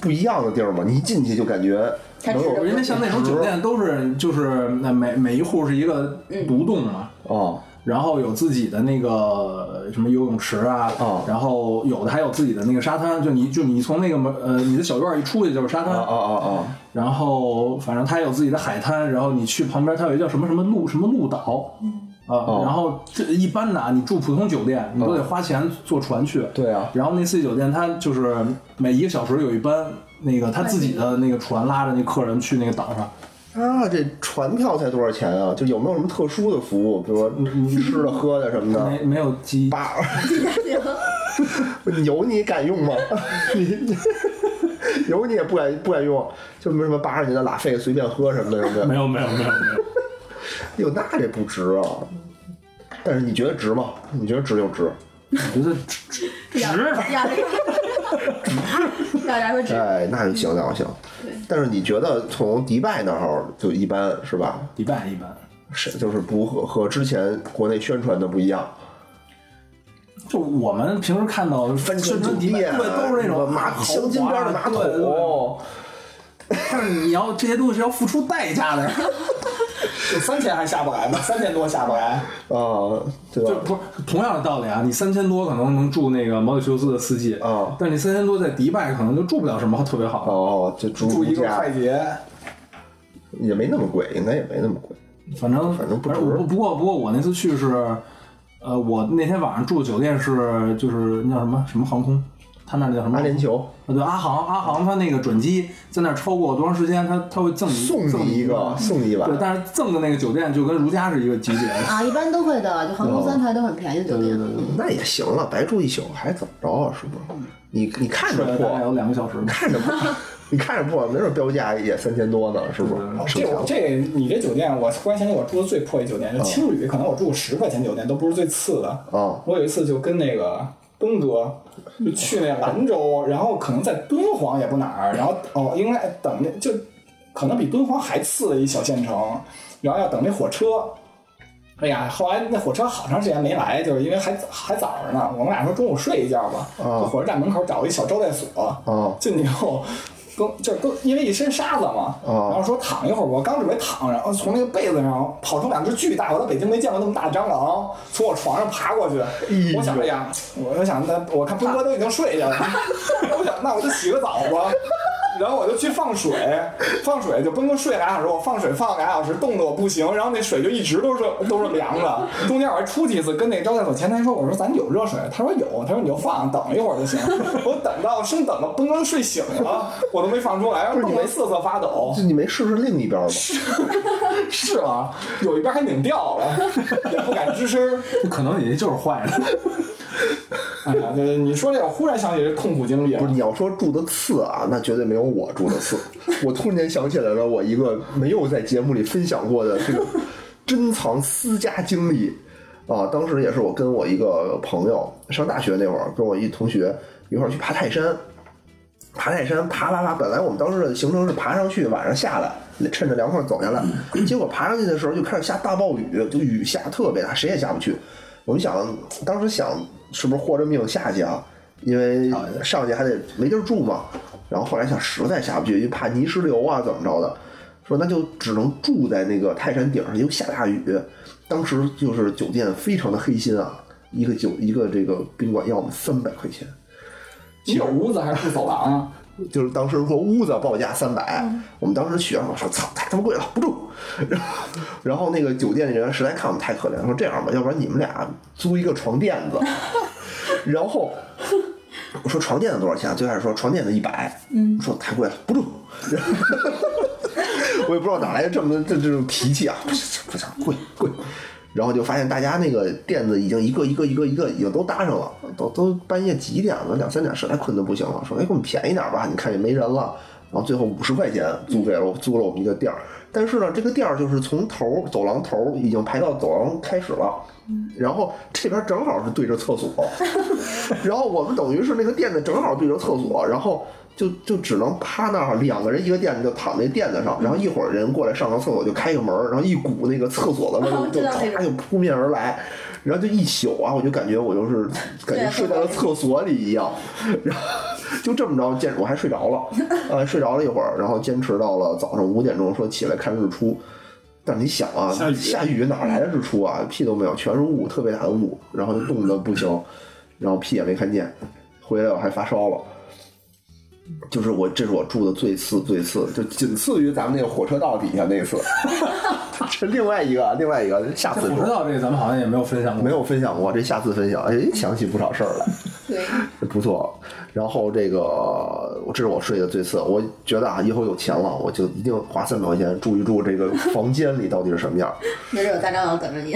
[SPEAKER 1] 不一样的地儿吗？你一进去就感觉
[SPEAKER 3] 它
[SPEAKER 1] 能
[SPEAKER 3] 值
[SPEAKER 1] 有
[SPEAKER 3] 得
[SPEAKER 2] 因为像那种酒店都是就是那每每一户是一个独栋嘛，
[SPEAKER 1] 哦
[SPEAKER 2] 然后有自己的那个什么游泳池啊，
[SPEAKER 1] 哦
[SPEAKER 2] 然后有的还有自己的那个沙滩，就你就你从那个门呃你的小院儿一出去就是沙滩，
[SPEAKER 1] 哦哦
[SPEAKER 2] 然后反正它有自己的海滩，然后你去旁边它有一个叫什么什么鹿什么鹿岛，啊、然后这一般的啊，你住普通酒店你都得花钱坐船去，
[SPEAKER 1] 对啊
[SPEAKER 2] 然后那四季酒店它就是每一个小时有一班那个他自己的那个船拉着那客人去那个岛上。
[SPEAKER 1] 哦啊！这船票才多少钱啊？就有没有什么特殊的服务，比如说吃的、喝的什么的？
[SPEAKER 2] 没没有鸡，
[SPEAKER 1] 八，有你敢用吗？你 油你也不敢不敢用，就什么什么八十年的拉菲随便喝什么的什么
[SPEAKER 2] 没
[SPEAKER 1] 的，
[SPEAKER 2] 有没有 没有没有，
[SPEAKER 1] 哟，那这不值啊。但是你觉得值吗？你觉得值就值，
[SPEAKER 2] 我觉得值值
[SPEAKER 3] 雅
[SPEAKER 2] 值
[SPEAKER 3] 雅雅雅说值，
[SPEAKER 1] 哎，那就行，那就行。但是你觉得从迪拜那儿就一般是吧？
[SPEAKER 2] 一半一半。
[SPEAKER 1] 是就是不和和之前国内宣传的不一样，
[SPEAKER 2] 就我们平时看到
[SPEAKER 1] 翻
[SPEAKER 2] 宣
[SPEAKER 1] 天
[SPEAKER 2] 传
[SPEAKER 1] 酒
[SPEAKER 2] 迪拜，
[SPEAKER 1] 店，啊
[SPEAKER 2] 对，都是那种
[SPEAKER 1] 马
[SPEAKER 2] 豪
[SPEAKER 1] 镶金边
[SPEAKER 2] 华
[SPEAKER 1] 的马
[SPEAKER 2] 对对对
[SPEAKER 1] 桶，啊
[SPEAKER 2] 但是你要这些东西是要付出代价的，
[SPEAKER 4] 就三千还下不来吗？三千多下不来，
[SPEAKER 1] 啊，对
[SPEAKER 2] 就
[SPEAKER 1] 吧？
[SPEAKER 2] 不是同样的道理啊。你三千多可能能住那个毛里求斯的四季
[SPEAKER 1] 啊
[SPEAKER 2] 但你三千多在迪拜可能就住不了什么特别好的。
[SPEAKER 1] 哦，就住
[SPEAKER 4] 住一个
[SPEAKER 1] 家
[SPEAKER 4] 快捷，
[SPEAKER 1] 也没那么贵，应该也没那么贵。
[SPEAKER 2] 反正
[SPEAKER 1] 反正不值
[SPEAKER 2] 我不不过不过我那次去是，呃，我那天晚上住的酒店是就是那叫什么什么航空，他那叫什么
[SPEAKER 1] 阿联酋
[SPEAKER 2] 啊对阿航阿航他那个转机在那儿超过多长时间，他他会赠你
[SPEAKER 1] 送
[SPEAKER 2] 赠
[SPEAKER 1] 你一个，送你一碗
[SPEAKER 2] 对，，但是赠的那个酒店就跟如家是一个级 别的。
[SPEAKER 3] 啊，一般都会的，就航空三台都很便宜的酒店。嗯
[SPEAKER 1] 那也行了，白住一宿还怎么着啊？是不是？你你看
[SPEAKER 2] 睡
[SPEAKER 1] 着
[SPEAKER 2] 了大概有
[SPEAKER 1] 破，
[SPEAKER 2] 两个小时吧。
[SPEAKER 1] 看着破，你看着破，没准标价也三千多呢，是不是？
[SPEAKER 4] 哦
[SPEAKER 1] 是
[SPEAKER 4] 这
[SPEAKER 1] 不
[SPEAKER 4] 我
[SPEAKER 1] 是
[SPEAKER 4] 这你这酒店，我突然想起我住的最破一酒店，就青旅，可能我住过十块钱酒店，都不是最次的。
[SPEAKER 1] 哦
[SPEAKER 4] 我有一次就跟那个东哥就去那兰州，然后可能在敦煌也不哪儿，然后哦，应该等那就可能比敦煌还次的一小县城，然后要等那火车。哎呀，后来那火车好长时间没来，就是因为还还早着呢。我们俩说中午睡一觉吧，
[SPEAKER 1] 哦
[SPEAKER 4] 就火车站门口找一小招待所，
[SPEAKER 1] 哦
[SPEAKER 4] 进去以后，更就是更因为一身沙子嘛，
[SPEAKER 1] 哦
[SPEAKER 4] 然后说躺一会儿，我刚准备躺，然后从那个被子上跑出两只巨大，我在北京没见过那么大的蟑螂，从我床上爬过去。
[SPEAKER 1] 呦
[SPEAKER 4] 我想哎呀，我就想那我看东哥都已经睡下了， 我想那我就洗个澡吧。然后我就去放水，放水就奔哥睡俩小时，我放水放了俩小时，冻得我不行，然后那水就一直都是都是凉的。中间我还出去一次，跟那招待所前台说，我说咱有热水，他说有，他说你就放，等一会儿就行。 我等到生等到奔哥睡醒了，我都没放出来，然后冻得瑟瑟发抖
[SPEAKER 1] 就。你没试试另一边吗？
[SPEAKER 4] 是吗？有一边还拧掉了， 也不敢吱声。
[SPEAKER 2] 可能也就是 坏的。
[SPEAKER 4] 哎呀，这你说这，我忽然想起这痛苦经历
[SPEAKER 1] 不是
[SPEAKER 4] 了。
[SPEAKER 1] 你要说住的次啊，那绝对没有我住的次。 我突然间想起来了，我一个没有在节目里分享过的这个珍藏私家经历啊，当时也是我跟我一个朋友上大学那会儿，跟我一同学一块儿去爬泰山，爬泰山爬爬爬，本来我们当时的行程是爬上去，晚上下来，趁着凉快走下来。 结果爬上去的时候就开始下大暴雨，就雨下特别大，谁也下不去。我们想，当时想是不是豁着命下去啊？因为上去还得没地儿住嘛。然后后来想实在下不去，因为怕泥石流啊怎么着的，说那就只能住在那个泰山顶上，又下大雨。当时就是酒店非常的黑心啊，一个酒一个这个宾馆要我们三百块钱。
[SPEAKER 4] 你有屋子还是住走廊啊？
[SPEAKER 1] 就是当时说屋子报价三百、我们当时学生说操太他妈贵了不住， 然后然后那个酒店的人实在看我们太可怜了，说这样吧，要不然你们俩租一个床垫子， 然后我说床垫子多少钱啊？最开始说床垫子一百，嗯，说太贵了不住，然后我也不知道哪来这么这这种脾气啊，不行不行贵贵。然后就发现大家那个垫子已经一个一个一个一个已经都搭上了，都都半夜几点了，两三点实在困得不行了，说哎给我们便宜点吧，你看也没人了。然后最后五十块钱租给了我租了我们一个店儿，但是呢，这个店儿就是从头走廊头已经排到走廊开始了，
[SPEAKER 3] 嗯
[SPEAKER 1] 然后这边正好是对着厕所， 然后我们等于是那个垫子正好对着厕所，然后就就只能趴那儿，两个人一个垫子就躺那垫子
[SPEAKER 3] 嗯
[SPEAKER 1] 上，然后一会儿人过来上个厕所就开个门儿，然后一股那个厕所的味儿
[SPEAKER 3] 我
[SPEAKER 1] 就
[SPEAKER 3] 哦知道那
[SPEAKER 1] 唰
[SPEAKER 3] 个
[SPEAKER 1] 就扑面而来，然后就一宿啊，我就感觉我就是感觉睡在了厕所里一样， 然后就这么着坚，我还睡着了，呃，睡着了一会儿，然后坚持到了早上五点钟，说起来看日出。但是你想啊，
[SPEAKER 2] 下雨
[SPEAKER 1] 下雨哪来的日出啊？屁都没有，全是雾，特别大的雾，然后就冻得不行，然后屁也没看见，回来我还发烧了。就是我，这是我住的最次最次，就仅次于咱们那个火车道底下那次。 这另外一个，另外一个，下
[SPEAKER 2] 这
[SPEAKER 1] 次
[SPEAKER 2] 火车
[SPEAKER 1] 说
[SPEAKER 2] 道这个咱们好像也没有分享过，
[SPEAKER 1] 没有分享过，这下次分享，哎，想起不少事儿来。
[SPEAKER 3] 对，
[SPEAKER 1] 不错。然后这个，我这是我睡的最次。我觉得啊，以后有钱了，我就一定花三百块钱住一住这个房间里到底是什么样儿。
[SPEAKER 3] 没准有大蟑螂等着你。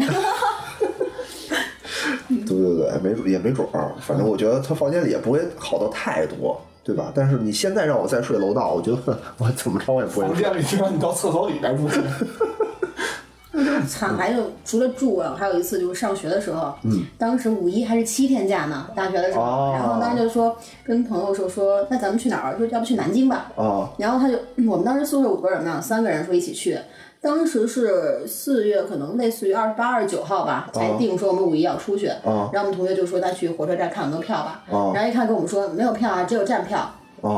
[SPEAKER 1] 对 对对，没准也没准儿。反正我觉得他房间里也不会好到太多，对吧？但是你现在让我再睡楼道，我觉得我怎么着我也不会
[SPEAKER 4] 房
[SPEAKER 1] 睡。
[SPEAKER 4] 间里就让你到厕所里边住去。
[SPEAKER 3] 惨，还有除了住啊，还有一次就是上学的时候，当时五一还是七天假呢，大学的时候，
[SPEAKER 1] 哦
[SPEAKER 3] 然后当时就说跟朋友说说，那咱们去哪儿？说要不去南京吧。
[SPEAKER 1] 啊
[SPEAKER 3] 然后他就，嗯我们当时宿舍五个人呢，三个人说一起去。当时是四月，可能类似于二十八、二十九号吧，才定说我们五一要出去。
[SPEAKER 1] 哦
[SPEAKER 3] 然后我们同学就说：“那去火车站看有没有票吧。
[SPEAKER 1] 哦
[SPEAKER 3] 然后一看跟我们说没有票啊，只有站票。
[SPEAKER 1] 啊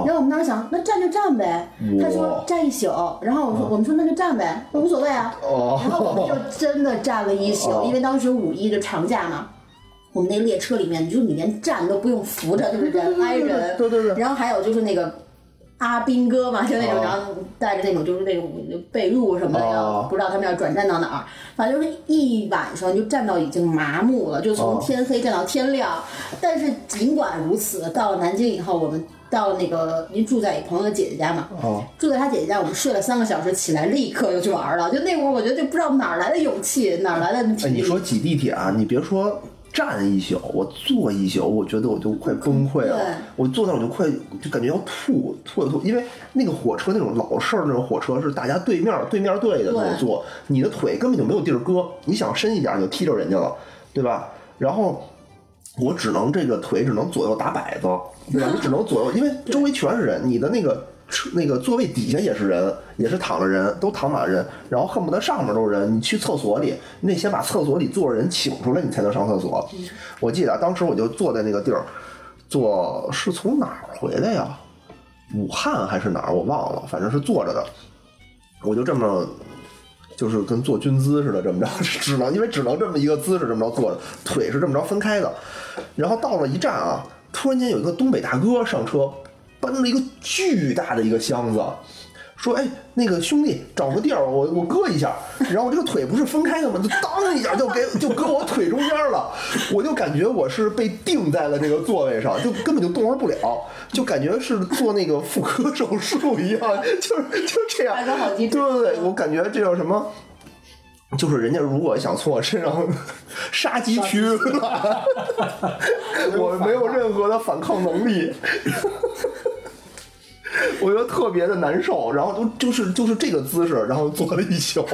[SPEAKER 3] 然后我们当时想，那站就站呗。他
[SPEAKER 1] 哇嗯
[SPEAKER 3] 说站一宿，然后我们说、我们说那就站呗，那无所谓啊。然后我们
[SPEAKER 1] 哦！
[SPEAKER 3] 就真的站了一宿，
[SPEAKER 1] 哦
[SPEAKER 3] 因为当时五一就长假嘛。我们那个列车里面，就是你连站都不用扶着，就是人挨人。
[SPEAKER 1] 嗯对对对
[SPEAKER 3] 然后还有就是那个阿兵哥嘛，就那种，
[SPEAKER 1] 哦
[SPEAKER 3] 然后带着那种就是那种被褥什么的，
[SPEAKER 1] 哦
[SPEAKER 3] 要不知道他们要转站到哪儿。反正就是一晚上就站到已经麻木了，就从
[SPEAKER 1] 哦
[SPEAKER 3] 天黑站到天亮。但是尽管如此，到了南京以后，我们到了那个您住在朋友的姐姐家嘛，
[SPEAKER 1] 哦
[SPEAKER 3] 住在他姐姐家，我们睡了三个小时，起来立刻就去玩了。就那会儿，我觉得就不知道哪儿来的勇气，哪儿来的体
[SPEAKER 1] 哎，
[SPEAKER 3] 力。
[SPEAKER 1] 你说挤地铁啊？你别说站一宿，我坐一宿，我觉得我就快崩溃
[SPEAKER 3] 对
[SPEAKER 1] 了。我坐那儿我就快就感觉要吐吐了吐，因为那个火车那种老式儿那种火车是大家对面对面对的那种
[SPEAKER 3] 对
[SPEAKER 1] 坐，你的腿根本就没有地儿搁，你想伸一点儿你就踢着人家了，对吧？然后我只能这个腿只能左右打摆子，对吧？你只能左右，因为周围全是人，你的那个车那个座位底下也是人，也是躺着人，都躺满人，然后恨不得上面都是人。你去厕所里，你得先把厕所里坐着人请出来，你才能上厕所。我记得啊当时我就坐在那个地儿，坐是从哪儿回来呀？武汉还是哪儿，我忘了，反正是坐着的。我就这么，就是跟做军姿似的，这么着， 只能因为只能这么一个姿势这么着坐着，腿是这么着分开的。然后到了一站啊，突然间有一个东北大哥上车，搬了一个巨大的一个箱子，说：“哎，那个兄弟，找个地儿，我我搁一下。”然后我这个腿不是分开的吗？就当一下就给就搁我腿中间了，我就感觉我是被定在了这个座位上，就根本就动弹不了，就感觉是做那个妇科手术一样，就是就这样
[SPEAKER 3] 大哥好机智
[SPEAKER 1] 对对对，我感觉这叫什么？就是人家如果想从我身上杀鸡取卵，我没有任何的反抗能力，我觉得特别的难受。然后就就是就是这个姿势，然后坐了一宿，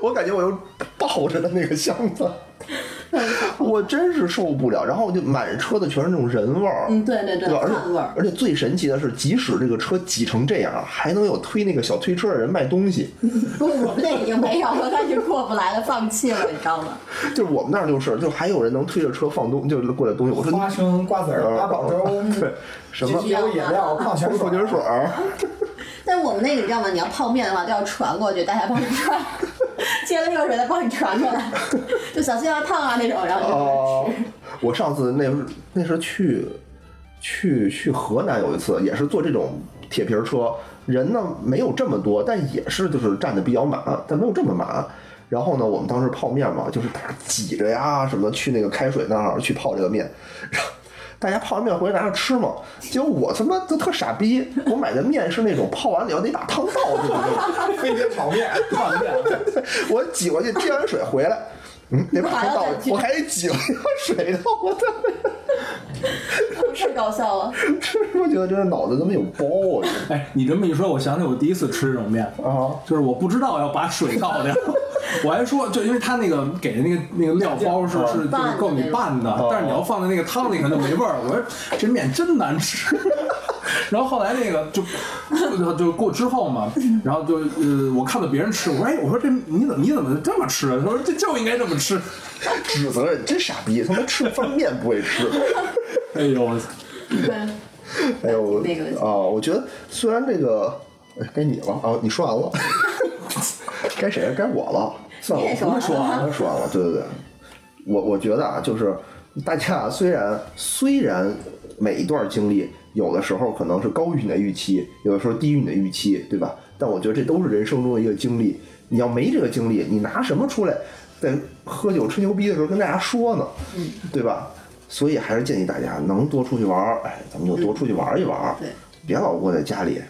[SPEAKER 1] 我感觉我又抱着的那个箱子，我真是受不了。然后就满车的全是那种人味儿，
[SPEAKER 3] 嗯，对对对，
[SPEAKER 1] 对吧？而且
[SPEAKER 3] 饭味儿。
[SPEAKER 1] 而且最神奇的是，即使这个车挤成这样，还能有推那个小推车的人卖东西。
[SPEAKER 3] 不，我们那已经没有了，他已经过不来了，放弃了，你知道吗？
[SPEAKER 1] 就是我们那儿就是，就还有人能推着车放东，就是过来东西。我说
[SPEAKER 4] 花生、瓜子儿、
[SPEAKER 1] 嗯
[SPEAKER 4] 八宝粥、
[SPEAKER 1] 对什么
[SPEAKER 4] 啤酒、饮料、矿泉
[SPEAKER 1] 矿泉
[SPEAKER 4] 水
[SPEAKER 1] 水。儿，
[SPEAKER 3] 但我们那个你知道吗？你要泡面的话都要传过去，大家帮你传，接了热水再帮你传过来， 就小心啊烫啊那种，然后就
[SPEAKER 1] 哦，我上次那那是去去去河南有一次，也是坐这种铁皮儿车，人呢没有这么多，但也是就是站的比较满，但没有这么满。然后呢，我们当时泡面嘛，就是大家挤着呀什么去那个开水那儿去泡这个面， 然后。大家泡完面回来拿着吃嘛，结果我他妈都特傻逼，我买的面是那种泡完了以后得把汤倒进去那种，
[SPEAKER 4] 飞碟炒面、烫面，
[SPEAKER 1] 我挤过去接完水回来，嗯，那把
[SPEAKER 3] 还要
[SPEAKER 1] 它倒
[SPEAKER 3] 再，去
[SPEAKER 1] 我还得挤了一个水到我的，
[SPEAKER 3] 太搞笑了。
[SPEAKER 1] 真他妈觉得这是脑子他妈有包啊！
[SPEAKER 2] 哎，你这么一说，我想起我第一次吃这种面，
[SPEAKER 1] 啊，
[SPEAKER 2] 就是我不知道要把水倒掉，我还说，就因为他那个给的那个那个料包是是就是够你拌的，但是你要放在那个汤里可能就没味儿。我说这面真难吃。 然后后来那个就就就过之后嘛，然后就呃，我看到别人吃，我说哎，我说这你怎么你怎么这么吃啊？他说这就应该这么吃。
[SPEAKER 1] 指责人真傻逼，他妈吃方便面不会吃。
[SPEAKER 2] 哎呦，
[SPEAKER 3] 对，
[SPEAKER 1] 哎 呦
[SPEAKER 3] 那个，
[SPEAKER 1] 啊，我觉得虽然这个哎该你了啊，你说完了， 该谁该我了，算了，
[SPEAKER 3] 你也说完了啊
[SPEAKER 1] 说完了，说完了，对对对，我我觉得啊，就是大家啊虽然虽然每一段经历有的时候可能是高于你的预期，有的时候低于你的预期，对吧？但我觉得这都是人生中的一个经历。你要没这个经历，你拿什么出来在喝酒吹牛逼的时候跟大家说呢？对吧？所以还是建议大家能多出去玩儿，哎，咱们就多出去玩儿一玩儿，
[SPEAKER 3] 对
[SPEAKER 1] 别老窝在家里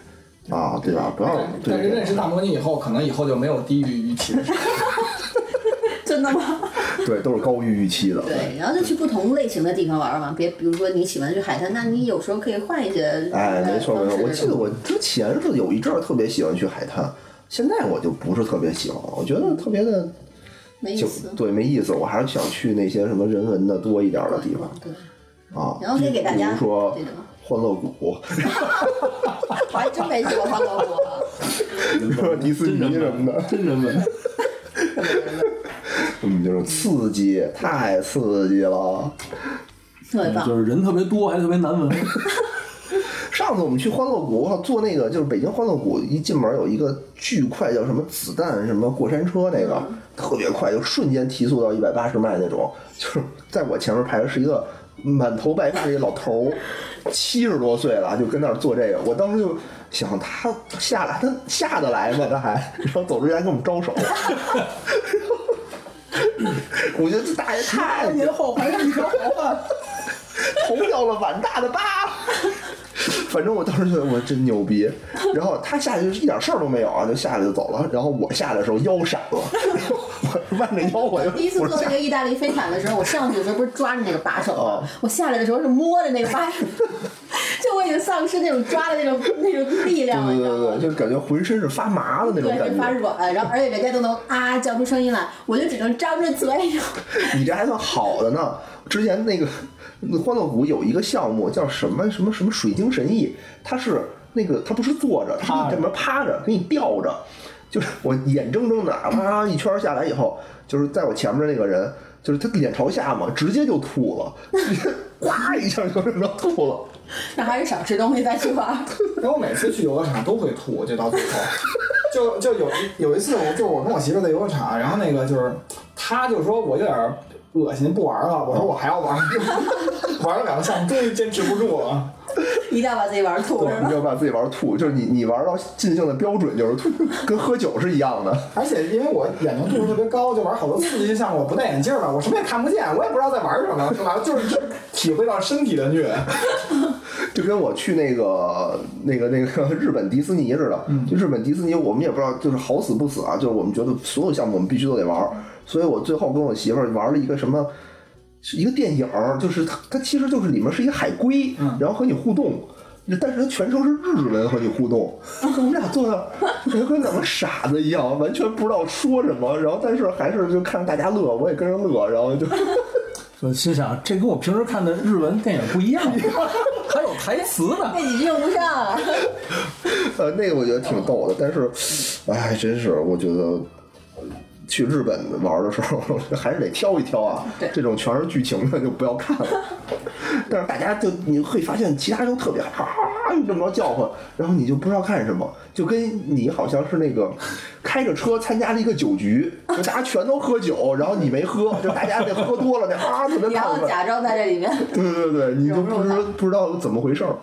[SPEAKER 1] 啊，对吧？不要对
[SPEAKER 4] 但是
[SPEAKER 1] 对
[SPEAKER 4] 认识
[SPEAKER 1] 对
[SPEAKER 4] 大模拟以后，可能以后就没有低于预期的事。
[SPEAKER 3] 真的吗？
[SPEAKER 1] 对，都是高于预期的。
[SPEAKER 3] 对，然后就去不同类型的地方玩嘛，别比如说你喜欢去海滩，那你有时候可以换一些。呃
[SPEAKER 1] 哎，没错没错，我记
[SPEAKER 3] 这
[SPEAKER 1] 得
[SPEAKER 3] 种
[SPEAKER 1] 我之前是有一阵儿特别喜欢去海滩，现在我就不是特别喜欢了，我觉得特别的
[SPEAKER 3] 没意
[SPEAKER 1] 就
[SPEAKER 3] 思。
[SPEAKER 1] 对没意思，我还是想去那些什么人文的多一点儿的地方
[SPEAKER 3] 对，
[SPEAKER 1] 啊。
[SPEAKER 3] 嗯然后可以给大家
[SPEAKER 1] 比如说
[SPEAKER 3] 这种
[SPEAKER 1] 欢乐谷、
[SPEAKER 3] 我还真没去过欢乐谷 啊。
[SPEAKER 1] 迪士尼什么的，
[SPEAKER 2] 真人文，
[SPEAKER 1] 嗯，就是刺激，太刺激了。
[SPEAKER 3] 特别棒
[SPEAKER 2] 就。是人特别多，还特别难 闻。
[SPEAKER 1] 上次我们去欢乐谷坐那个，就是北京欢乐谷，一进门有一个巨快，叫什么子弹什么过山车那个，特别快，就瞬间提速到一百八十迈那种。就是在我前面排的是一个满头白发的一老头儿，七十多岁了，就跟那儿做这个。我当时就想，他下来，他下得来吗？他还，然后走之前还跟我们招手。 我觉得这大爷太
[SPEAKER 2] 年后还是一条好汉。
[SPEAKER 1] 头掉了碗大的疤。反正我当时觉得我真牛逼，然后他下去就是一点事儿都没有啊，就下来就走了。然后我下来的时候腰闪了，然后我弯着腰我就
[SPEAKER 3] 第一次
[SPEAKER 1] 我
[SPEAKER 3] 做那
[SPEAKER 1] 下
[SPEAKER 3] 个意大利飞毯的时候，我上去的时候不是抓着那个把手吗
[SPEAKER 1] 啊？
[SPEAKER 3] 我下来的时候是摸着那个把手， 就我已经丧失那种抓的那种那种力量了，
[SPEAKER 1] 对
[SPEAKER 3] 你
[SPEAKER 1] 对
[SPEAKER 3] 知道
[SPEAKER 1] 对
[SPEAKER 3] 吗
[SPEAKER 1] 对，？就是感觉浑身是发麻的那种
[SPEAKER 3] 对，
[SPEAKER 1] 感
[SPEAKER 3] 人发
[SPEAKER 1] 觉。
[SPEAKER 3] 软，然后而且人家都能啊叫出声音来，我就只能张着嘴。
[SPEAKER 1] 你这还算好的呢。之前那个那欢乐谷有一个项目叫什么什么什么水晶神翼，它是那个它不是坐着，它
[SPEAKER 4] 趴
[SPEAKER 1] 是你
[SPEAKER 4] 着
[SPEAKER 1] 这么趴着，给你吊着，就是我眼睁睁的啊啪一圈儿下来以后，就是在我前面那个人，就是他脸朝下嘛，直接就吐了，直接 咵一下就让他吐了。
[SPEAKER 3] 那还是少吃东西再去玩。
[SPEAKER 4] 然后我每次去游乐场都会吐，就到最后，就就有一有一次我，就是我跟我媳妇儿在游乐场，然后那个就是她就说我有点儿恶心，不玩了。我说我还要玩， 玩了两个项目，终于坚持不住了。
[SPEAKER 3] 一定要把自己玩吐，是
[SPEAKER 1] 你
[SPEAKER 3] 吧？
[SPEAKER 1] 要把自己玩吐，就是你你玩到尽兴的标准就是吐，跟喝酒是一样的。
[SPEAKER 4] 而且因为我眼睛度数特别高，就玩好多刺激项目，我不戴眼镜儿吧，我什么也看不见，我也不知道在玩什么，是吧？就是就是体会到身体的虐。
[SPEAKER 1] 就跟我去那个那个那个日本迪士尼似的，就日本迪士尼，我们也不知道，就是好死不死啊，就是我们觉得所有项目我们必须都得玩儿，所以我最后跟我媳妇儿玩了一个什么，是一个电影儿，就是它它其实就是里面是一个海龟，然后和你互动。但是它全程是日文和你互动，我们俩坐那儿就跟两个傻子一样，完全不知道说什么，然后但是还是就看着大家乐，我也跟着乐，然后就
[SPEAKER 2] 我心想，这跟我平时看的日文电影不 一样，还有台词呢。
[SPEAKER 3] 被哎你用 不上，啊
[SPEAKER 1] 呃，那个我觉得挺逗的，但是，哎，真是我觉得呃去日本玩的时候 还是得挑一挑啊。
[SPEAKER 3] 对
[SPEAKER 1] 这种全是剧情的就不要 看了。但是大家就你会发现，其他人都特别啊这么着叫唤，然后你就不知道干什么，就跟你好像是那个开着车参加了一个酒局，就大家全都喝酒，然后你没喝，就大家这喝多了，那啊特别
[SPEAKER 3] 然
[SPEAKER 1] 亢
[SPEAKER 3] 后
[SPEAKER 1] 奋。
[SPEAKER 3] 假装在这里面。
[SPEAKER 1] 对对对，你就不知
[SPEAKER 3] 融入
[SPEAKER 1] 不知道怎么回事儿。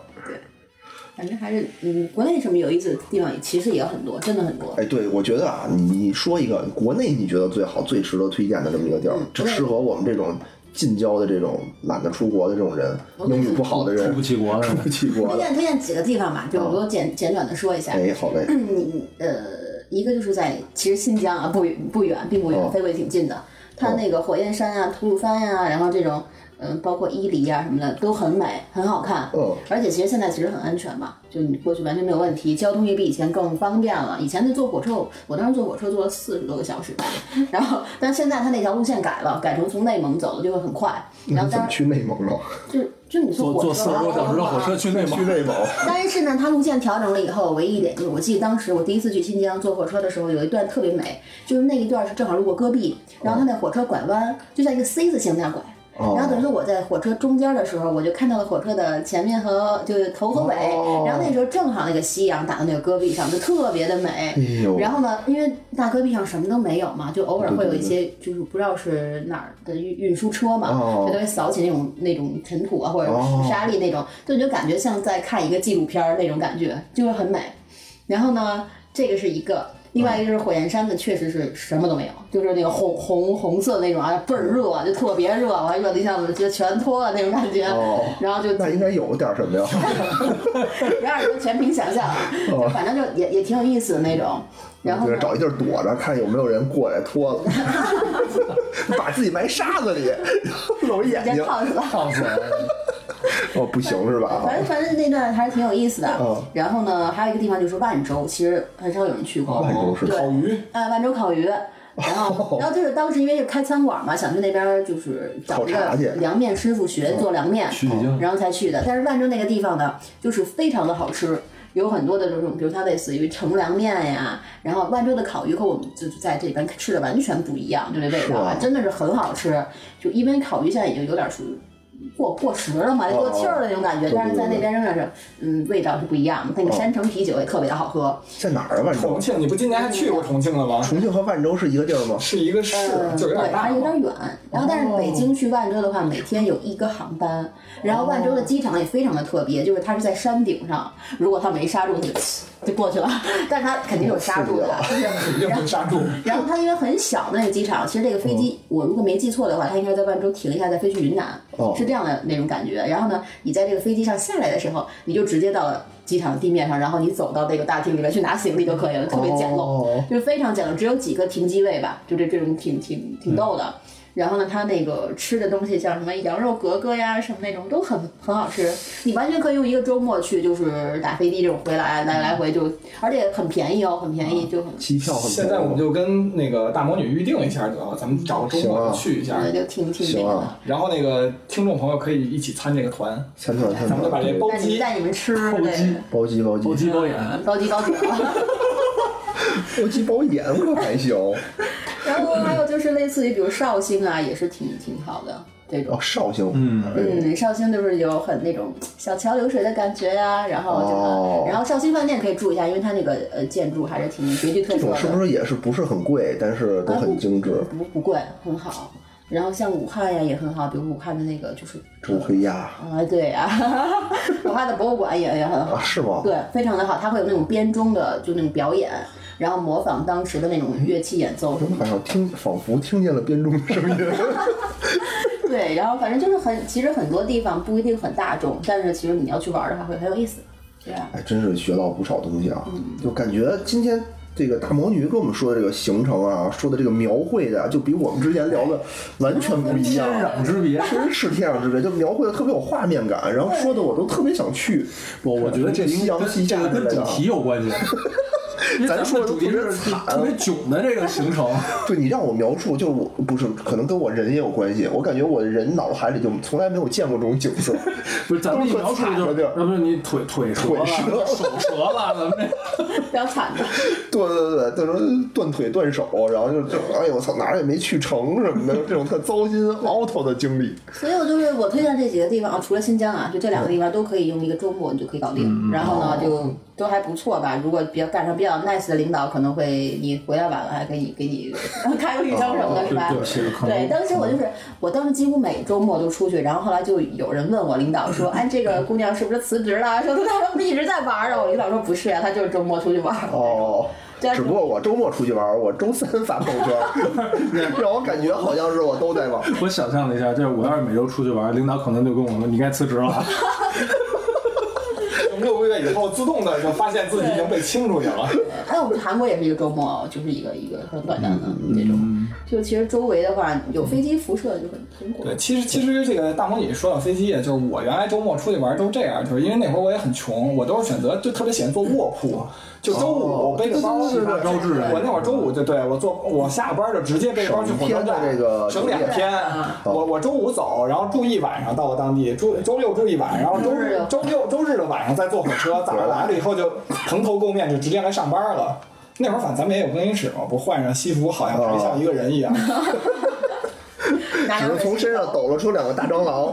[SPEAKER 3] 反正还是，嗯，国内什么有意思的地方其实也很多，真的很多。
[SPEAKER 1] 哎，对，我觉得啊，你你说一个国内你觉得最好、最值得推荐的这么一个地儿，
[SPEAKER 3] 嗯
[SPEAKER 1] 就适合我们这种近郊的这种懒得出国的这种人，英语不好的人，
[SPEAKER 2] 出不起国的
[SPEAKER 1] 出不起国
[SPEAKER 3] 推
[SPEAKER 1] 的。
[SPEAKER 3] 荐推荐几个地方吧，就我都简简短的说一下。
[SPEAKER 1] 哦哎，好嘞，
[SPEAKER 3] 你呃，一个就是在其实新疆啊，不远不远，并不
[SPEAKER 1] 哦
[SPEAKER 3] 远，飞过去挺近的。它那个火焰山啊、吐鲁番呀、然后这种嗯、呃包括伊犁啊什么的，都很美，很好看。
[SPEAKER 1] 哦
[SPEAKER 3] 而且其实现在其实很安全嘛，就你过去完全没有问题，交通也比以前更方便了。以前就坐火车，我我当时坐火车坐了四十多个小时吧，然后但现在它那条路线改了，改成从内蒙走了，就会很快。然
[SPEAKER 1] 那
[SPEAKER 3] 后
[SPEAKER 1] 你怎
[SPEAKER 3] 当
[SPEAKER 1] 么
[SPEAKER 3] 然
[SPEAKER 1] 去内蒙呢？
[SPEAKER 3] 就就你坐
[SPEAKER 2] 坐
[SPEAKER 3] 火车
[SPEAKER 2] 坐四十多小时的火车去内蒙
[SPEAKER 1] 去，内蒙，
[SPEAKER 3] 但是呢，它路线调整了以后，唯一一点就是，我记得当时我第一次去新疆坐火车的时候，有一段特别美，就是那一段是正好路过戈壁，然后它那火车拐弯就像一个 C 字形那样拐。
[SPEAKER 1] 哦
[SPEAKER 3] 然后等于说我在火车中间的时候，我就看到了火车的前面和就是头和尾，
[SPEAKER 1] 哦
[SPEAKER 3] 然后那时候正好那个夕阳打到那个戈壁上，就特别的美。
[SPEAKER 1] 哎呦，
[SPEAKER 3] 然后呢，因为大戈壁上什么都没有嘛，就偶尔会有一些就是不知道是哪儿的运运输车嘛，
[SPEAKER 1] 哦
[SPEAKER 3] 就都会扫起那种那种尘土啊，或者
[SPEAKER 1] 哦
[SPEAKER 3] 是沙粒那种，就你就感觉像在看一个纪录片儿那种感觉，就是很美。然后呢，这个是一个。另外一个就是火焰山的，确实是什么都没有，就是那个红红红色的那种啊，倍儿热，就特别热，我还热的一下子就全脱了那种感觉，
[SPEAKER 1] 哦
[SPEAKER 3] 然后就
[SPEAKER 1] 那应该有点什么呀？
[SPEAKER 3] 不要说全凭想象啊，就反正就也也 挺有意思的那种。然后
[SPEAKER 1] 哦就
[SPEAKER 3] 呢
[SPEAKER 1] 是找一地儿躲着，看有没有人过来脱了。把自己埋沙子里， 揉眼
[SPEAKER 3] 直接
[SPEAKER 1] 睛，
[SPEAKER 3] 烫死了。
[SPEAKER 2] 烫死了。
[SPEAKER 1] 哦，不行是吧？
[SPEAKER 3] 反正反正那段还是挺有意思的。
[SPEAKER 1] 嗯
[SPEAKER 3] 然后呢，还有一个地方就是万州，其实很少有人去过。
[SPEAKER 1] 哦万州是
[SPEAKER 4] 烤鱼，
[SPEAKER 3] 呃，万州 烤鱼。然后，然后就是当时因为是开餐馆嘛，想去那边儿就是找一
[SPEAKER 1] 考察去哦
[SPEAKER 3] 个凉面师傅学做凉面，
[SPEAKER 2] 取取经
[SPEAKER 3] 然后才去的。但是万州那个地方呢，就是非常的好吃，有很多的这种，比如它类似于盛凉面呀，然后万州的烤鱼和我们就是在这边吃的完全不一样，就这味道啊
[SPEAKER 1] 是啊，
[SPEAKER 3] 真的是很好吃。就因为烤鱼现在已经有点属于过过时了嘛，过气儿的那种感觉，
[SPEAKER 1] 哦
[SPEAKER 3] 但是在
[SPEAKER 1] 对对哦
[SPEAKER 3] 那边仍然是嗯味道是不一样的。那个山城啤酒也特别的好喝，
[SPEAKER 1] 在哪儿啊？万州
[SPEAKER 4] 重？庆，你不今年还去过重庆了吗？
[SPEAKER 1] 重庆和万州是一个地儿吗？
[SPEAKER 4] 是一个市，
[SPEAKER 3] 嗯，
[SPEAKER 4] 就有
[SPEAKER 3] 对，
[SPEAKER 4] 点大
[SPEAKER 3] 还
[SPEAKER 4] 嘛哦
[SPEAKER 3] 有。点远。然后，但是北京去万州的话，每天有一个航班。然后万州
[SPEAKER 4] 哦
[SPEAKER 3] 的机场也非常的特别，就是它是在山顶上，如果它没刹住，它就就过去了。 但是它肯
[SPEAKER 4] 哦
[SPEAKER 3] 定有刹住的， 就是
[SPEAKER 4] 一
[SPEAKER 3] 然后
[SPEAKER 4] 定。刹住，
[SPEAKER 3] 然后它因为很小的那个机场，其实这个飞
[SPEAKER 1] 嗯
[SPEAKER 3] 机、我如果没记错的话，它应该在万州停一下，再飞去云南，
[SPEAKER 1] 哦
[SPEAKER 3] 是这样的那种感觉。然后呢，你在这个飞机上下来的时候，你就直接到了机场地面上，然后你走到那个大厅里面去拿行李就可以了，特别简陋，
[SPEAKER 1] 哦
[SPEAKER 3] 就是非常简陋，只有几个停机位吧，就这这种挺挺挺逗的。然后呢，它那个吃的东西像什么羊肉格格呀，什么那种都很很好吃。你完全可以用一个周末去，就是打飞机这种回来来来回就，而且很便宜哦，很便
[SPEAKER 1] 嗯
[SPEAKER 3] 宜，就很
[SPEAKER 1] 机票很便宜
[SPEAKER 4] 现在我们就跟那个大魔女预定一下得了，咱们找个周
[SPEAKER 1] 行啊
[SPEAKER 4] 末去一下。
[SPEAKER 3] 对，就挺挺那
[SPEAKER 1] 行
[SPEAKER 3] 个的
[SPEAKER 1] 啊。
[SPEAKER 4] 然后那个听众朋友可以一起参这个团，
[SPEAKER 1] 三团三
[SPEAKER 4] 咱们就把
[SPEAKER 1] 团，
[SPEAKER 4] 这
[SPEAKER 1] 对
[SPEAKER 4] 包
[SPEAKER 3] 那你
[SPEAKER 4] 机
[SPEAKER 3] 们带你们吃
[SPEAKER 2] 扣鸡
[SPEAKER 3] 对，
[SPEAKER 1] 包机包
[SPEAKER 2] 偷
[SPEAKER 1] 机
[SPEAKER 2] 鸡摸眼，
[SPEAKER 3] 包机包子。
[SPEAKER 1] 包机包眼可还行。
[SPEAKER 3] 然后还有就是类似于比如绍兴啊，也是挺挺好的这 种
[SPEAKER 1] 哦，。绍兴，
[SPEAKER 2] 嗯
[SPEAKER 1] 哎，
[SPEAKER 3] 嗯，绍兴就是有很那种小桥流水的感觉呀、然后这个，
[SPEAKER 1] 哦
[SPEAKER 3] 然后绍兴饭店可以住一下，因为它那个呃建筑还是挺别具特
[SPEAKER 1] 这
[SPEAKER 3] 色
[SPEAKER 1] 种是
[SPEAKER 3] 的，
[SPEAKER 1] 不是也是不是很贵，但是都很精致？
[SPEAKER 3] 不不贵，很好。然后像武汉呀也很好，比如武汉的那个就是
[SPEAKER 1] 周黑鸭
[SPEAKER 3] 啊， 对呀、武汉的博物馆也也很好
[SPEAKER 1] 啊，，是吗？
[SPEAKER 3] 对，非常的好，它会有那种编钟的，就那种表演，然后模仿当时的那种乐器演奏什
[SPEAKER 1] 我
[SPEAKER 3] 么
[SPEAKER 1] 怎么好像听，仿佛听见了编钟的声 音？
[SPEAKER 3] 的。对，然后反正就是很，其实很多地方不一定很大众，但是其实你要去玩儿的话会很有意思。对啊，
[SPEAKER 1] 哎，真是学到不少东西啊！就感觉今天这个大魔女跟我们说的这个行程啊，说的这个描绘的啊，就比我们之前聊的完全不一样
[SPEAKER 2] 天。壤之别。
[SPEAKER 1] 真是天壤之别，就描绘的特别有画面感，然后说的我都特别想去。
[SPEAKER 2] 我我觉得这应
[SPEAKER 1] 夕
[SPEAKER 2] 该
[SPEAKER 1] 阳西
[SPEAKER 2] 跟这
[SPEAKER 1] 下
[SPEAKER 2] 个
[SPEAKER 1] 之
[SPEAKER 2] 跟
[SPEAKER 1] 类
[SPEAKER 2] 主
[SPEAKER 1] 的啊。
[SPEAKER 2] 题有关系。 因为咱们的主题是特别啊囧的这个行程，
[SPEAKER 1] 对你让我描述，就是我不是可能跟我人也有关系，我感觉我人脑海里就从来没有见过这种景色。
[SPEAKER 2] 不是咱们一
[SPEAKER 1] 都特
[SPEAKER 2] 描述就是是
[SPEAKER 1] 惨的地儿，
[SPEAKER 2] 要不是你腿腿折了，
[SPEAKER 1] 腿折了
[SPEAKER 2] 手折了，咱们
[SPEAKER 3] 比较惨的。
[SPEAKER 1] 对对对，对，就是断腿断手，然后就就哎呦我操，哪儿也没去成什么的，这种特糟心 out 的经历。
[SPEAKER 3] 所以我就是我推荐这几个地方啊，除了新疆啊，就这两个地方都可以用一个周末你就可以搞定。然后呢，就都还不错吧。如果比较赶上比较 nice 的领导，可能会你回来晚了还给你给你开个绿灯什么的，是吧？
[SPEAKER 2] 对其实可能
[SPEAKER 3] 对，当时我就是，我当时几乎每周末都出去，然后后来就有人问我领导说，哎，这个姑娘是不是辞职了？说她他们一直在玩儿啊。我领导说不是啊，她就是周末出去玩儿。
[SPEAKER 1] 哦
[SPEAKER 3] 对啊，
[SPEAKER 1] 只不过我周末出去玩儿，我周三发朋友圈儿，让我感觉好像是我都在玩儿。
[SPEAKER 2] 我想象了一下，就是我要是每周出去玩，领导可能就跟我说你该辞职了。
[SPEAKER 4] 六个月以后自动的就发现自己已经被清出去了。
[SPEAKER 3] 哎，我们去韩国也是一个周末，就是一个一个很短暂的那种。就其实周围的话，有飞机辐射就很很恐怖
[SPEAKER 4] 对，。其实其实这个大魔女说到飞机，就是我原来周末出去玩都这样，就是因为那会儿我也很穷，我都是选择就特别喜欢坐卧铺，就周五我背着包，
[SPEAKER 1] 哦对对对对
[SPEAKER 2] 高质
[SPEAKER 4] 我那会儿周五就对我坐我下了班就直接背着包去火车
[SPEAKER 1] 省一
[SPEAKER 4] 站
[SPEAKER 1] 天，的这个嗯
[SPEAKER 4] 省两天，我我周五走，然后住一晚上到了当地，周周六住一晚上，然后周日周六周日的晚上再坐火车，早上来了以后就蓬头垢面就直接来上班了。那会儿反正咱们也有更衣室嘛，不换上西服好像还像一个人一样。
[SPEAKER 3] 哪
[SPEAKER 1] 只
[SPEAKER 3] 有
[SPEAKER 1] 是从身上抖了出两个大蟑螂。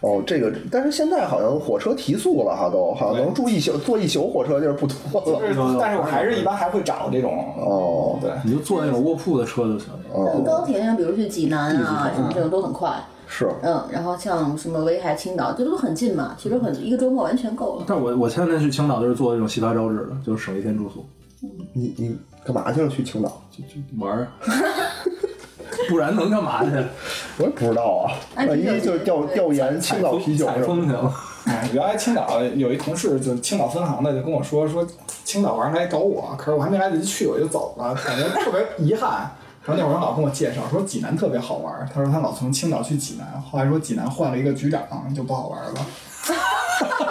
[SPEAKER 1] 哦，这个，但是现在好像火车提速了哈，都好像能住一宿坐一宿火车的地儿不多
[SPEAKER 4] 就
[SPEAKER 1] 了。
[SPEAKER 4] 是但是我还是一般还会找这种呃
[SPEAKER 1] 哦
[SPEAKER 4] 对，
[SPEAKER 2] 你就坐那种卧铺的车就行。
[SPEAKER 1] 嗯
[SPEAKER 3] 像高铁上，比如去济南啊什么这种都很快。
[SPEAKER 1] 是，
[SPEAKER 3] 嗯，然后像什么威海、青岛，这都很近嘛，其实很一个周末完全
[SPEAKER 1] 嗯
[SPEAKER 3] 够了。
[SPEAKER 2] 但我我前两天去青岛就是坐那种西发招致的，就是省一天住宿
[SPEAKER 1] 你你干嘛去了？去青岛？
[SPEAKER 2] 就就玩儿， 不然能干嘛去？
[SPEAKER 1] 我也不知道啊，
[SPEAKER 3] 哎
[SPEAKER 1] 万
[SPEAKER 3] 啤酒
[SPEAKER 1] 一就
[SPEAKER 3] 节
[SPEAKER 1] 调
[SPEAKER 3] 对
[SPEAKER 1] 调研青岛啤酒
[SPEAKER 2] 采
[SPEAKER 1] 什么
[SPEAKER 2] 风去
[SPEAKER 1] 的。
[SPEAKER 2] 了。
[SPEAKER 4] 哎，原来青岛有一同事，就青岛分行的，就跟我说说青岛玩儿来找我，可是我还没来得及去，我就走了，感觉特别遗憾。然后那会儿我老跟我介绍说济南特别好玩儿，他说他老从青岛去济南，后来说济南换了一个局长就不好玩了。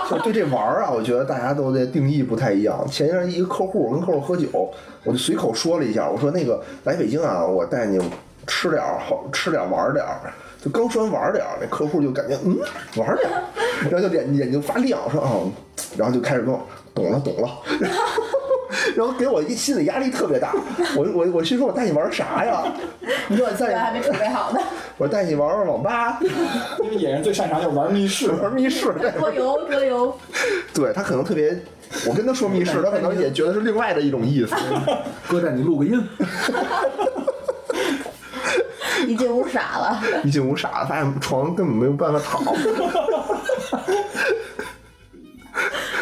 [SPEAKER 1] 就对这玩儿啊，我觉得大家都的定义不太一样。前一阵一个客户，我跟客户喝酒，我就随口说了一下，我说那个来北京啊，我带你吃点儿好吃点儿玩儿点儿。就刚说完玩儿点儿，那客户就感觉嗯玩儿点儿，然后就眼眼睛发亮，说哦，然后就开始跟我懂了懂了， 然后然后给我一心理压力特别大。我我我心说我带你玩儿啥呀？你说我
[SPEAKER 3] 对，还
[SPEAKER 1] 带
[SPEAKER 3] 没
[SPEAKER 1] 你，
[SPEAKER 3] 准备好呢。
[SPEAKER 1] 我带你玩玩网吧，
[SPEAKER 4] 因为野人最擅长就是玩密室，
[SPEAKER 1] 玩密室。
[SPEAKER 3] 桌游，桌游，
[SPEAKER 1] 对他可能特别，我跟他说密室，他可能也觉得是另外的一种意思。
[SPEAKER 2] 哥带你录个音，
[SPEAKER 3] 一进屋傻了。
[SPEAKER 1] 一进屋傻了，发现床根本没有办法躺，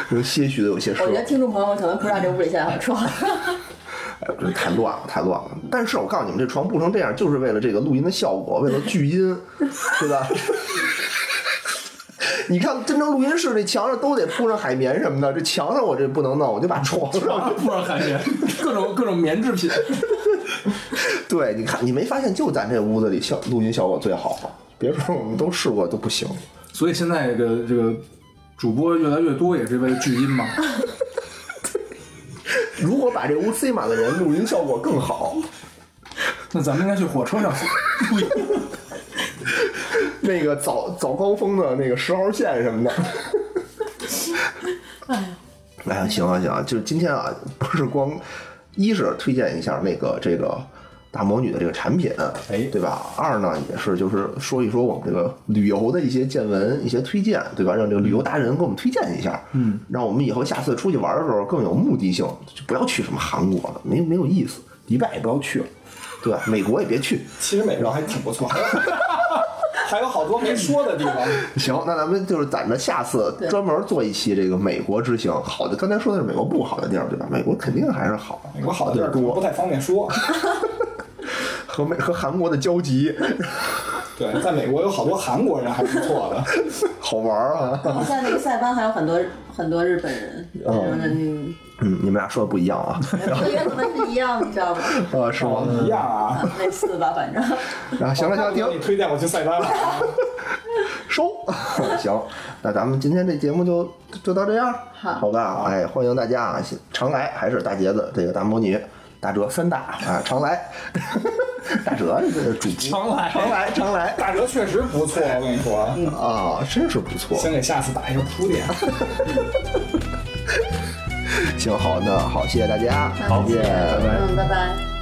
[SPEAKER 1] 有些许的有些失
[SPEAKER 3] 我
[SPEAKER 1] 望
[SPEAKER 3] 觉。得听众朋友们可能不知道这屋里现在好 床。
[SPEAKER 1] 哎，我觉得太乱了，太乱了。但是我告诉你们，这床布成这样，就是为了这个录音的效果，为了聚音，对吧？ 你看，真正录音室那墙上都得铺上海绵什么的，这墙上我这不能弄，我就把床上
[SPEAKER 2] 不让海绵，各种各种棉制品。
[SPEAKER 1] 对，你看，你没发现就咱这屋子里效录音效果最好吗？别说我们都试过都不行，
[SPEAKER 2] 所以现在的这个主播越来越多，也是为了聚音嘛。
[SPEAKER 1] 如果把这屋塞满了人，录音效果更好。
[SPEAKER 2] 那咱们应该去火车上 录音。
[SPEAKER 1] 那个早早高峰的那个十号线什么的。哎呀，行啊行啊，就是今天啊，不是光一是推荐一下那个这个大魔女的这个产品，
[SPEAKER 2] 哎
[SPEAKER 1] 对吧？二呢也是就是说一说我们这个旅游的一些见闻、一些推荐，对吧？让这个旅游达人给我们推荐一下，嗯，让我们以后下次出去玩的时候更有目的性，就不要去什么韩国了，没没有意思，迪拜也不要去，对吧？美国也别去，
[SPEAKER 4] 其实美国还挺不错，还有好多没说的地方。
[SPEAKER 1] 行，那咱们就是攒着下次
[SPEAKER 3] 对
[SPEAKER 1] 专门做一期这个美国之行。好的，刚才说的是美国不好的地儿，对吧？美国肯定还是好，
[SPEAKER 4] 美国好的地儿可能不
[SPEAKER 1] 多，
[SPEAKER 4] 太方便说，
[SPEAKER 1] 和美和韩国的交集，
[SPEAKER 4] 对，在美国有好多韩国人还不错的，
[SPEAKER 1] 好玩儿啊。
[SPEAKER 3] 好像那个塞班还有很多很多日本人，日本人
[SPEAKER 1] 嗯，你们俩说的不一样啊，
[SPEAKER 3] 应该可能是一样，你知道吗？
[SPEAKER 1] 呃，是吗？
[SPEAKER 4] 一样啊。
[SPEAKER 3] 类似吧，反正。
[SPEAKER 1] 啊，行了行了，
[SPEAKER 4] 我看你
[SPEAKER 1] 停，
[SPEAKER 4] 推荐我去塞班了，
[SPEAKER 1] 收， 行，那咱们今天这节目就就到这样，
[SPEAKER 3] 好
[SPEAKER 1] 好吧？哎，欢迎大家啊，常来，还是大杰子这个大魔女。大哲三大啊，常来， 大哲这个主播，
[SPEAKER 2] 常来
[SPEAKER 1] 常来，常来
[SPEAKER 4] 大哲确实不错，我跟你说，
[SPEAKER 1] 啊，真是不错。
[SPEAKER 4] 先给下次打一个铺垫。
[SPEAKER 1] 行，好，那好，谢谢大家，
[SPEAKER 3] 好
[SPEAKER 1] 再见，拜拜。
[SPEAKER 3] 嗯，拜拜。